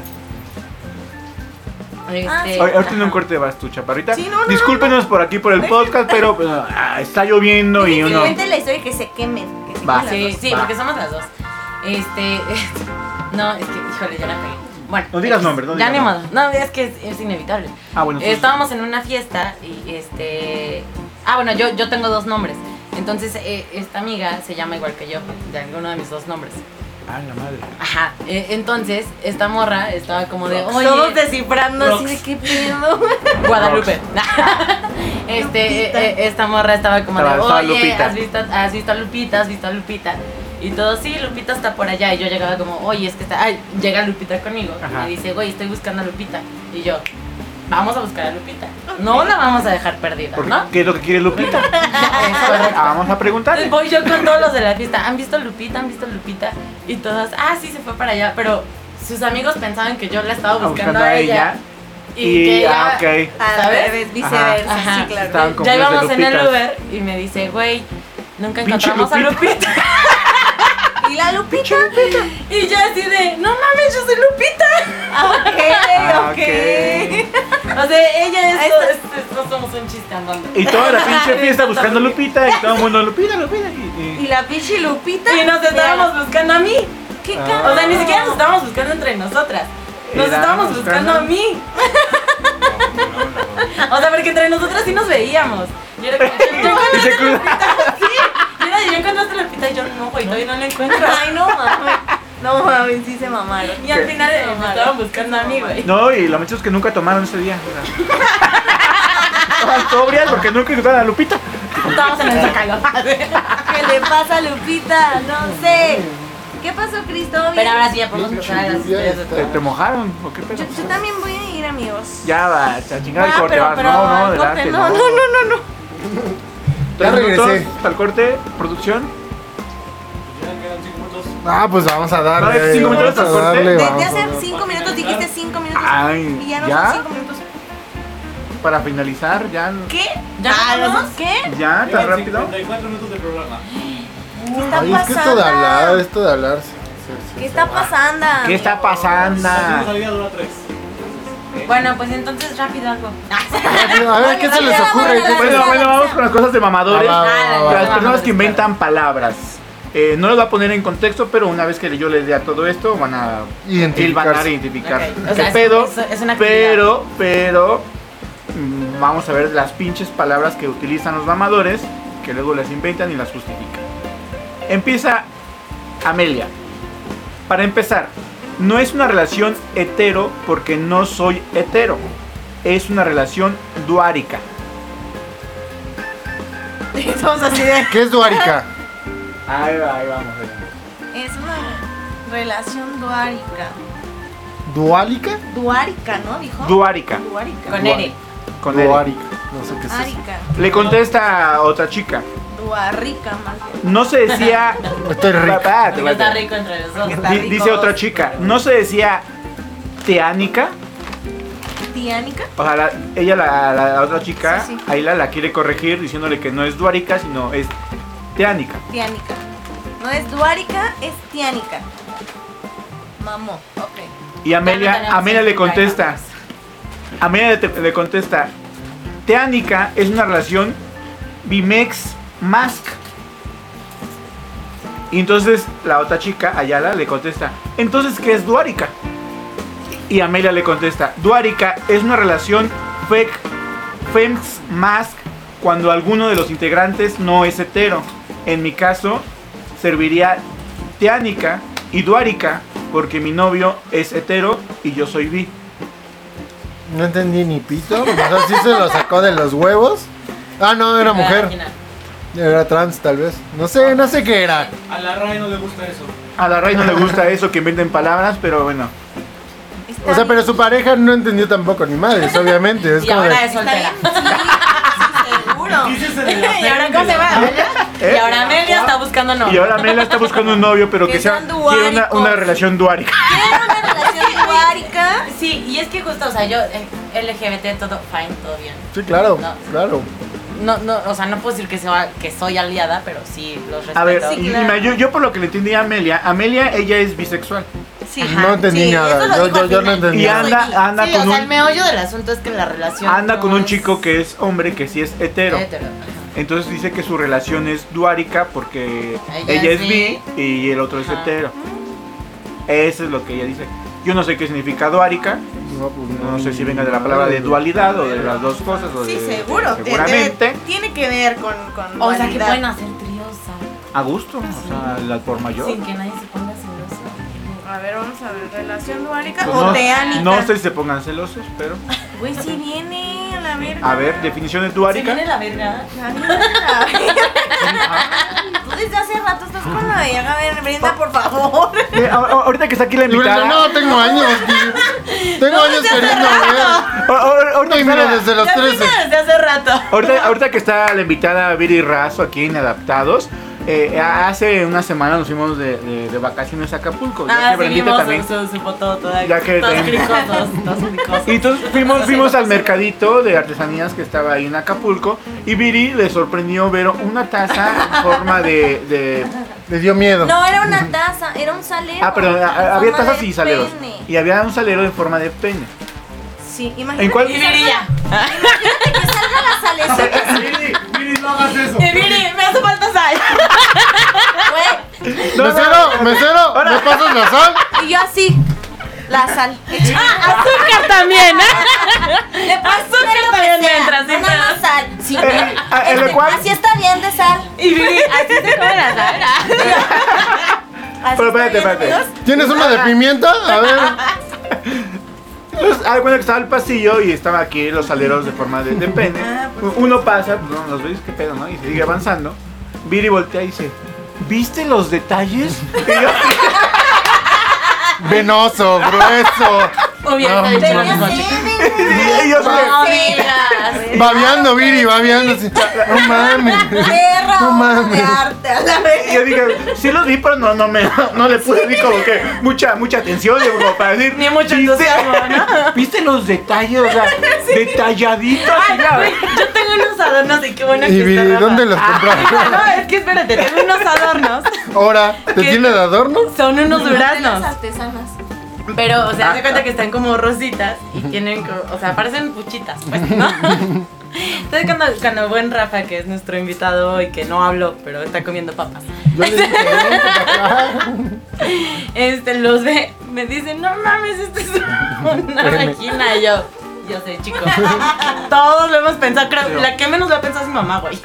Speaker 4: Ah, sí.
Speaker 2: Este,
Speaker 1: Ahor- Ahorita en un corte vas tú, chaparrita.
Speaker 4: Sí, no, no,
Speaker 1: Discúlpenos por aquí por el podcast, pero pues, ah, está lloviendo y
Speaker 4: Que
Speaker 1: uno.
Speaker 4: cuente la historia y que se quemen. Que se
Speaker 1: Va.
Speaker 4: quemen las
Speaker 2: Sí,
Speaker 4: dos.
Speaker 2: sí, porque somos las dos. Este, no, es que, híjole, ya la pegué. Bueno,
Speaker 1: No digas
Speaker 2: X.
Speaker 1: nombres, no
Speaker 2: Ya
Speaker 1: digas
Speaker 2: ni modo.
Speaker 1: nombres.
Speaker 2: No, es que es, es inevitable. Eh,
Speaker 1: Ah, bueno, sí.
Speaker 2: Estábamos en una fiesta y este. Ah, bueno, yo, yo tengo dos nombres. Entonces, eh, esta amiga se llama igual que yo, de alguno de mis dos nombres.
Speaker 1: Ah, la madre.
Speaker 2: Ajá. eh, entonces, esta morra estaba como de. Oye,
Speaker 4: Todos descifrando así de qué pedo.
Speaker 2: Guadalupe. este, eh, eh, esta morra estaba como de,
Speaker 1: Estaba- estaba
Speaker 2: oye,
Speaker 1: Lupita".
Speaker 2: ¿has visto, has visto a Lupita, has visto a Lupita. Y todo, sí, Lupita está por allá. Y yo llegaba como, oye, es que está. Ay, llega Lupita conmigo.
Speaker 1: Ajá.
Speaker 2: Y me dice, güey, estoy buscando a Lupita. Y yo, vamos a buscar a Lupita. No la vamos a dejar perdida,
Speaker 1: Porque,
Speaker 2: ¿no?
Speaker 1: ¿Qué es lo que quiere Lupita?
Speaker 2: Es
Speaker 1: Ah,
Speaker 2: correcto.
Speaker 1: Vamos a preguntarle.
Speaker 2: Voy yo con todos los de la fiesta. ¿Han visto Lupita? ¿Han visto Lupita? Y todos, ah, sí, se fue para allá. Pero sus amigos pensaban que yo la estaba
Speaker 1: Ah,
Speaker 2: buscando, a ella.
Speaker 1: Y,
Speaker 2: que ella-
Speaker 1: ah, ok.
Speaker 4: Al
Speaker 2: ¿Sabes?
Speaker 4: revés, viceversa.
Speaker 2: Ajá.
Speaker 4: Sí, claro.
Speaker 1: Estaban
Speaker 2: Ya
Speaker 1: confundidas de
Speaker 2: íbamos en el
Speaker 1: Lupitas.
Speaker 2: Uber y me dice, güey, nunca
Speaker 1: Pinche
Speaker 2: encontramos a Lupita.
Speaker 4: Y la Lupita.
Speaker 2: Y yo así de, no mames, yo soy Lupita.
Speaker 1: Ah,
Speaker 4: Ok, ok.
Speaker 1: ok.
Speaker 2: o sea, ella es,
Speaker 4: Esto-
Speaker 2: es- no somos un chiste andando.
Speaker 1: Y toda la pinche fiesta buscando a Lupita y todo el mundo, Lupita, Lupita. Y,
Speaker 4: Y la pinche Lupita.
Speaker 2: Y nos estábamos buscando a mí.
Speaker 4: ¿Qué
Speaker 1: Ah.
Speaker 4: cabrón?
Speaker 2: O sea, ni siquiera nos estábamos buscando entre nosotras. Nos
Speaker 1: Era
Speaker 2: estábamos
Speaker 1: buscando-
Speaker 2: buscando a mí. O sea, porque entre nosotras sí nos veíamos. Yo era como, "Yo encontré
Speaker 1: y- y se cruza.
Speaker 2: a Lupita", yo encontraste a Lupita y yo no, güey, todavía no la encuentro.
Speaker 4: Ay, no mames. No mames, sí se mamaron.
Speaker 2: Y al final eh, me estaban buscando a mí, güey.
Speaker 1: No, y lo mejor es que nunca tomaron ese día. o sea. Estaban sobrias porque nunca encontraron a Lupita.
Speaker 2: Estábamos en el zócalo.
Speaker 4: ¿Qué le pasa a Lupita? No sé. ¿Qué pasó, Cristóbal?
Speaker 2: Pero ahora sí ya podemos pasar a las
Speaker 3: Pinche lluvia
Speaker 2: historias de
Speaker 1: ¿Te,
Speaker 2: todo.
Speaker 1: te mojaron? ¿O qué
Speaker 4: Yo,
Speaker 1: pedo?
Speaker 4: yo también voy a ir, amigos.
Speaker 1: Ya va, a chingar el
Speaker 4: Ah,
Speaker 1: corte.
Speaker 4: pero-
Speaker 1: vas.
Speaker 4: pero
Speaker 1: no, no,
Speaker 4: al corte,
Speaker 1: adelante,
Speaker 4: no, no, no, no, no.
Speaker 1: Tres
Speaker 3: Ya
Speaker 1: minutos
Speaker 3: regresé.
Speaker 1: para el corte, producción.
Speaker 5: Ya quedan cinco minutos.
Speaker 3: Ah, pues vamos a
Speaker 1: No, es
Speaker 3: darle.
Speaker 1: cinco
Speaker 3: vamos
Speaker 1: minutos
Speaker 3: a
Speaker 1: al corte.
Speaker 3: darle,
Speaker 4: Desde
Speaker 3: vamos a
Speaker 4: hace
Speaker 3: darle.
Speaker 4: 5 minutos dijiste 5 minutos.
Speaker 1: Ay,
Speaker 4: y ya no
Speaker 1: ¿ya?
Speaker 4: son 5 minutos.
Speaker 1: Para finalizar, ya.
Speaker 4: ¿Qué?
Speaker 2: ¿Ya
Speaker 4: Ah,
Speaker 2: nos
Speaker 4: ¿no?
Speaker 2: vamos?
Speaker 4: ¿Qué?
Speaker 1: Ya, tan
Speaker 5: Llevan
Speaker 1: rápido.
Speaker 5: 54 minutos de programa.
Speaker 4: ¿Qué está
Speaker 3: Ay, es que esto de hablar,
Speaker 4: pasando?
Speaker 3: esto de hablar. sí, sí, sí,
Speaker 4: ¿Qué
Speaker 3: se
Speaker 4: está
Speaker 3: va.
Speaker 4: pasando?
Speaker 1: ¿Qué está pasando?
Speaker 5: Así nos salía dura tres.
Speaker 2: Bueno, pues entonces rápido algo.
Speaker 1: Ah,
Speaker 3: A ver, ¿qué se les ocurre? ¿Qué se les-
Speaker 1: Bueno, bueno, vamos con las cosas de mamadores.
Speaker 3: Ah, va, va, va.
Speaker 1: Para las personas que inventan palabras. Eh, no los va a poner en contexto, pero una vez que yo les dé a todo esto, van a
Speaker 3: Identificarse.
Speaker 1: a identificar.
Speaker 2: Ok, o
Speaker 1: ¿Qué
Speaker 2: sea, es-
Speaker 1: pedo?
Speaker 2: es- es una actividad.
Speaker 1: pero, pero, mm, vamos a ver las pinches palabras que utilizan los mamadores, que luego las inventan y las justifican. Empieza Amelia. Para empezar, no es una relación hetero porque no soy hetero. Es una relación duárica.
Speaker 4: Somos así de.
Speaker 3: ¿Qué es Duarica?
Speaker 1: Ahí, va, ahí vamos. ahí
Speaker 4: Es una relación duárica.
Speaker 3: ¿Duálica?
Speaker 4: Duárica, ¿no? Dijo.
Speaker 1: vamos. Duárica.
Speaker 4: Duárica.
Speaker 2: Con Eri.
Speaker 1: Con L.
Speaker 3: Duarica. No sé qué es eso.
Speaker 4: Árica.
Speaker 1: Le contesta a otra chica.
Speaker 4: Guarrica, más bien.
Speaker 1: No se decía.
Speaker 3: Estoy rico.
Speaker 1: Papá, Ah, te
Speaker 2: Porque está
Speaker 1: vas-
Speaker 2: rico entre los dos.
Speaker 4: Porque está
Speaker 1: Di-
Speaker 4: rico.
Speaker 1: Dice otra chica. No se decía teánica.
Speaker 4: ¿Tiánica?
Speaker 1: O sea, la- ella, la, la- la otra chica,
Speaker 4: Sí, sí.
Speaker 1: Ayla la quiere corregir diciéndole que no es duarica, sino es teánica.
Speaker 4: Tiánica. No es duárica, es tiánica. Mamó, ok.
Speaker 1: Y
Speaker 2: Ya no
Speaker 1: Amelia,
Speaker 2: tenemos
Speaker 1: Amelia le
Speaker 2: ética,
Speaker 1: contesta. Amelia le, le contesta. Teánica es una relación Bimex Mask. Y entonces la otra chica, Ayala, le contesta. Entonces, ¿qué es Duárica? Y Amelia le contesta. Duárica es una relación fake Fems Mask cuando alguno de los integrantes no es hetero. En mi caso, serviría teánica y duárica porque mi novio es hetero y yo soy bi.
Speaker 3: No entendí ni pito. O sea, sí se lo sacó de los huevos. Ah, no, era mujer. Era trans, tal vez. No sé, no sé qué era.
Speaker 5: A la RAE no le gusta eso.
Speaker 1: A la Ray no le gusta eso que inventen palabras, pero bueno.
Speaker 3: O sea, pero su pareja no entendió tampoco ni madres, obviamente. Es
Speaker 2: Y
Speaker 3: como de,
Speaker 2: ahora es soltera.
Speaker 4: Seguro.
Speaker 5: Quícese de la
Speaker 2: ¿Y ahora cómo se va?
Speaker 1: ¿Eh?
Speaker 2: Y ahora Amelia está buscando
Speaker 1: Y
Speaker 2: novio.
Speaker 1: ahora Mela está buscando un novio, pero que,
Speaker 4: Que
Speaker 1: sea
Speaker 4: sean
Speaker 1: quiere una,
Speaker 4: duáricos.
Speaker 1: una relación duárica.
Speaker 4: Quiero una relación duárica.
Speaker 2: Sí, y es que justo, o sea, yo, eh, LGBT, todo fine, todo bien.
Speaker 3: Sí, claro,
Speaker 2: No.
Speaker 3: claro.
Speaker 2: No, no, o sea, no puedo decir que, sea, que soy aliada, pero sí los respeto.
Speaker 1: A ver,
Speaker 4: Sí,
Speaker 1: y- y
Speaker 4: claro.
Speaker 1: ma- yo, yo por lo que le entendí a Amelia, Amelia ella es bisexual.
Speaker 4: Sí,
Speaker 3: No entendí
Speaker 2: Sí,
Speaker 3: nada.
Speaker 2: eso lo
Speaker 3: Yo,
Speaker 2: dijo
Speaker 3: yo,
Speaker 2: al
Speaker 3: yo no
Speaker 2: final.
Speaker 3: entendí
Speaker 1: Y
Speaker 3: nada.
Speaker 1: anda, anda
Speaker 2: sí,
Speaker 1: con
Speaker 2: o sea,
Speaker 1: un
Speaker 2: el meollo del asunto es que la relación
Speaker 1: anda
Speaker 2: no
Speaker 1: con un
Speaker 2: es
Speaker 1: chico que es hombre que sí es hetero.
Speaker 2: hetero.
Speaker 1: Entonces dice que su relación es duárica porque
Speaker 2: Ella
Speaker 1: ella,
Speaker 2: es
Speaker 1: es bi y el otro es
Speaker 2: Ajá.
Speaker 1: hetero. Eso es lo que ella dice. Yo no sé qué significa duárica,
Speaker 3: No, pues,
Speaker 1: no sé si
Speaker 3: ni
Speaker 1: venga de la palabra de
Speaker 3: madres.
Speaker 1: dualidad o de las dos cosas. o
Speaker 4: Sí,
Speaker 1: de-
Speaker 4: seguro. te- te-
Speaker 1: Seguramente.
Speaker 4: tiene que ver con. con
Speaker 2: O sea, que
Speaker 4: dualidad.
Speaker 2: pueden hacer tríos ¿sabes?
Speaker 1: A gusto, o sea, la por mayor.
Speaker 2: sin que nadie se ponga celoso.
Speaker 4: A ver, vamos a ver. Relación duárica
Speaker 1: Pues
Speaker 4: o
Speaker 1: no,
Speaker 4: teánica.
Speaker 1: no sé si se pongan celosos, pero.
Speaker 4: Güey, sí viene a la verga.
Speaker 1: A ver, definición de
Speaker 2: ¿Se
Speaker 1: duárica.
Speaker 2: viene la verga?
Speaker 4: A ver, Tú desde hace rato estás con la de a ver, Brenda, por favor.
Speaker 1: Eh, a- a- ahorita que está aquí la
Speaker 3: Y Brenda,
Speaker 1: invitada.
Speaker 3: no, tengo años. Tengo años queriendo ver.
Speaker 1: a- a- ahorita, que
Speaker 3: Y
Speaker 1: está
Speaker 3: mira,
Speaker 1: la,
Speaker 3: desde los 13.
Speaker 2: Desde hace rato.
Speaker 1: ahorita- ahorita que está la invitada Viri Razo aquí en Adaptados. eh, hace una semana nos fuimos de, de- de vacaciones a Acapulco. Ya
Speaker 2: Ah,
Speaker 1: que
Speaker 2: sí,
Speaker 1: Brendita
Speaker 2: vimos
Speaker 1: también.
Speaker 2: su, su foto toda.
Speaker 1: Ya que
Speaker 2: todos
Speaker 1: también-
Speaker 2: cricosos, todos cricosos.
Speaker 1: Y entonces fuimos,
Speaker 2: Entonces,
Speaker 1: fuimos
Speaker 2: sí,
Speaker 1: al
Speaker 2: sí.
Speaker 1: mercadito de artesanías que estaba ahí en Acapulco y Viri le sorprendió ver una taza en forma de... de-
Speaker 3: Le dio miedo.
Speaker 4: No, era una taza, era un salero.
Speaker 1: ah, perdón, a-
Speaker 4: en
Speaker 1: a- había
Speaker 4: forma
Speaker 1: tazas
Speaker 4: de
Speaker 1: y saleros.
Speaker 4: pene.
Speaker 1: Y había un salero en forma de pene.
Speaker 4: Sí,
Speaker 1: ¿En
Speaker 4: imagínate
Speaker 1: cuál?
Speaker 2: Y Virilla.
Speaker 4: que salga la salecita.
Speaker 5: Miri, Miri, no hagas eso.
Speaker 2: Y Viri, me hace falta sal.
Speaker 4: Güey,
Speaker 1: No, no,
Speaker 3: mesero, mesero, ¿me pasas la sal?
Speaker 4: y yo así. La sal.
Speaker 2: Ah, Azúcar también, ¿eh?
Speaker 4: Le paso
Speaker 2: azúcar también me entra, sí,
Speaker 4: no,
Speaker 2: pero-
Speaker 4: no, sal. Sí,
Speaker 1: Eh, ah, ¿en lo
Speaker 4: este,
Speaker 1: cual?
Speaker 4: Así está bien de sal.
Speaker 2: Y Viri, así se come la sal. ¿ah?
Speaker 4: Así
Speaker 1: Pero
Speaker 4: está
Speaker 1: espérate,
Speaker 4: bien,
Speaker 1: espérate.
Speaker 4: amigos.
Speaker 3: ¿Tienes una de pimienta? A ver.
Speaker 1: Entonces, ah, bueno, que estaba el pasillo y estaban aquí los saleros de forma de, de pene.
Speaker 4: Ah,
Speaker 1: Uno pasa, pues, no, los ves, qué pedo, ¿no? Y sigue avanzando. Viri voltea y dice, ¿viste los detalles? Y yo,
Speaker 3: Venoso, grueso.
Speaker 1: Ah,
Speaker 2: Hubiera
Speaker 3: No,
Speaker 2: dicho
Speaker 4: Tenía
Speaker 2: algo.
Speaker 4: sed,
Speaker 1: y yo así de-
Speaker 2: No
Speaker 4: Sí.
Speaker 2: digas.
Speaker 3: Babeando, Viri, babeando. así. No mames.
Speaker 4: perra,
Speaker 3: No
Speaker 4: obra de
Speaker 3: mames.
Speaker 4: arte, a la vez.
Speaker 1: Y yo dije, sí los vi, pero no, no, me, no le puse ni como que mucha, mucha atención, digo, como para decir.
Speaker 2: Ni mucho
Speaker 1: "¿Viste-
Speaker 2: entusiasmo, ¿no?
Speaker 1: ¿Viste los detalles? O sea, detalladitos. y la-
Speaker 2: Güey, Yo tengo unos adornos y qué bueno que
Speaker 3: Y
Speaker 2: está
Speaker 3: Viri,
Speaker 2: Rafa.
Speaker 3: ¿dónde los compraste?
Speaker 2: No, es que espérate, tengo unos adornos.
Speaker 3: Ahora, ¿te
Speaker 2: ¿Qué?
Speaker 3: tiene de adorno?
Speaker 2: Son unos
Speaker 4: Las
Speaker 2: duraznos.
Speaker 4: artesanas.
Speaker 2: Pero, o sea, se cuenta que están como rositas y tienen, co- o sea, parecen puchitas, pues, ¿no? Entonces, cuando, cuando buen Rafa, que es nuestro invitado hoy, que no habló, pero está comiendo papas,
Speaker 3: Yo le dije,
Speaker 2: este, los ve, me dicen, no mames, esto es una máquina. Y yo, yo sé, chico. Todos lo hemos pensado, creo, la que menos lo ha pensado es mi mamá, güey.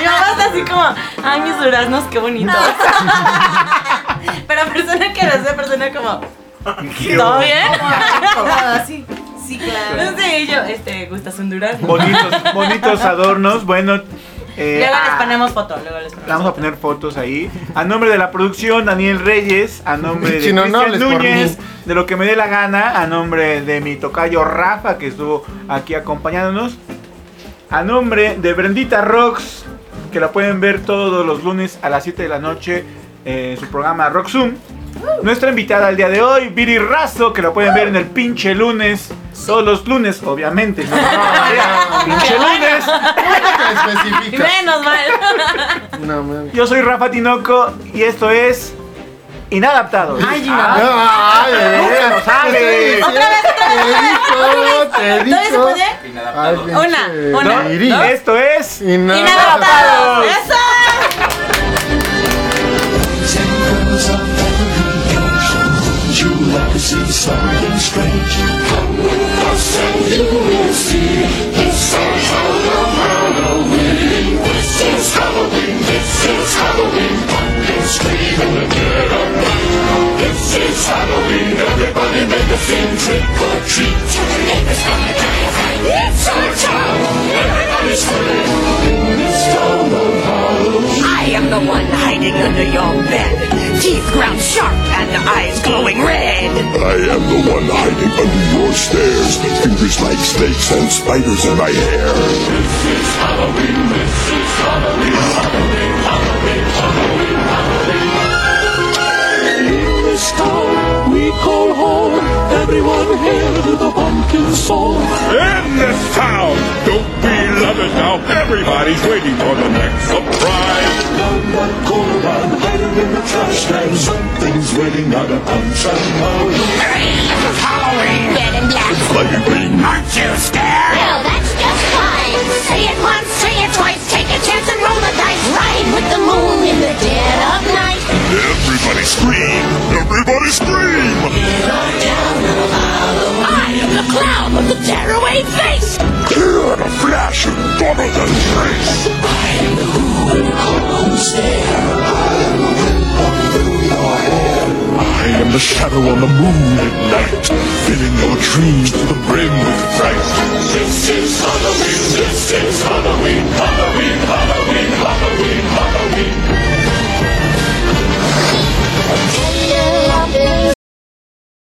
Speaker 2: Mi mamá está así como, ay, mis duraznos, qué bonitos. Pero persona que los ve, persona como, ¿todo bien?
Speaker 4: Acomodada, sí. Sí, claro.
Speaker 2: No sé, yo, este, gustas un durazno.
Speaker 1: Bonitos, bonitos adornos. Bueno, eh,
Speaker 2: Luego les
Speaker 1: ah,
Speaker 2: ponemos foto, luego les ponemos
Speaker 1: Vamos a poner fotos ahí. A nombre de la producción, Daniel Reyes. A nombre de
Speaker 3: Chino,
Speaker 1: Cristian
Speaker 3: no hables por
Speaker 1: Núñez. De lo que me dé la gana. A nombre de mi tocayo Rafa, que estuvo aquí acompañándonos. A nombre de Brendita Rox. que la pueden ver todos los lunes a las 7 de la noche eh, en su programa Rock Zoom. Nuestra invitada al día de hoy, Viri Razo, que la pueden ver en el pinche lunes. Todos los lunes, obviamente. No, no, no, pinche lunes.
Speaker 3: Te
Speaker 2: Y
Speaker 3: especificas.
Speaker 2: menos mal.
Speaker 3: No, mames.
Speaker 1: Yo soy Rafa Tinoco y esto es Inadaptados.
Speaker 2: Ay,
Speaker 1: Ah,
Speaker 3: Ay,
Speaker 1: Nunca lo sabes.
Speaker 3: Otra vez, Te dijo, te
Speaker 2: ¿Todavía se
Speaker 3: dijo.
Speaker 2: puede?
Speaker 3: Ay,
Speaker 9: Inadaptados.
Speaker 3: pinche
Speaker 2: Una, una,
Speaker 3: Viri.
Speaker 1: ¿no? Esto es
Speaker 3: Y nada.
Speaker 2: Inadaptados. Eso.
Speaker 10: I am the one hiding under your bed. Teeth ground sharp and eyes glowing red.
Speaker 11: I am the one hiding under your stairs. Fingers like snakes and spiders in my hair.
Speaker 10: In this town we call home, everyone hail to the pumpkin soul.
Speaker 11: In this town, don't we love it now? Everybody's waiting for the next surprise. Down that corner, I'm hiding in the trash can. Something's waiting out of punch and mouth.
Speaker 10: Halloween, red and black.
Speaker 11: Bloody green.
Speaker 10: Aren't you scared? Well, that's just fine. Say it once, say it twice, take a chance and roll the dice. Ride with the moon in the dead of night.
Speaker 11: Everybody scream! Everybody scream!
Speaker 10: I am the clown with the tearaway face.
Speaker 11: Here in a flash of Donovan Trace. I am the shadow on the moon at night, filling your dreams to the brim with fright. This is Halloween.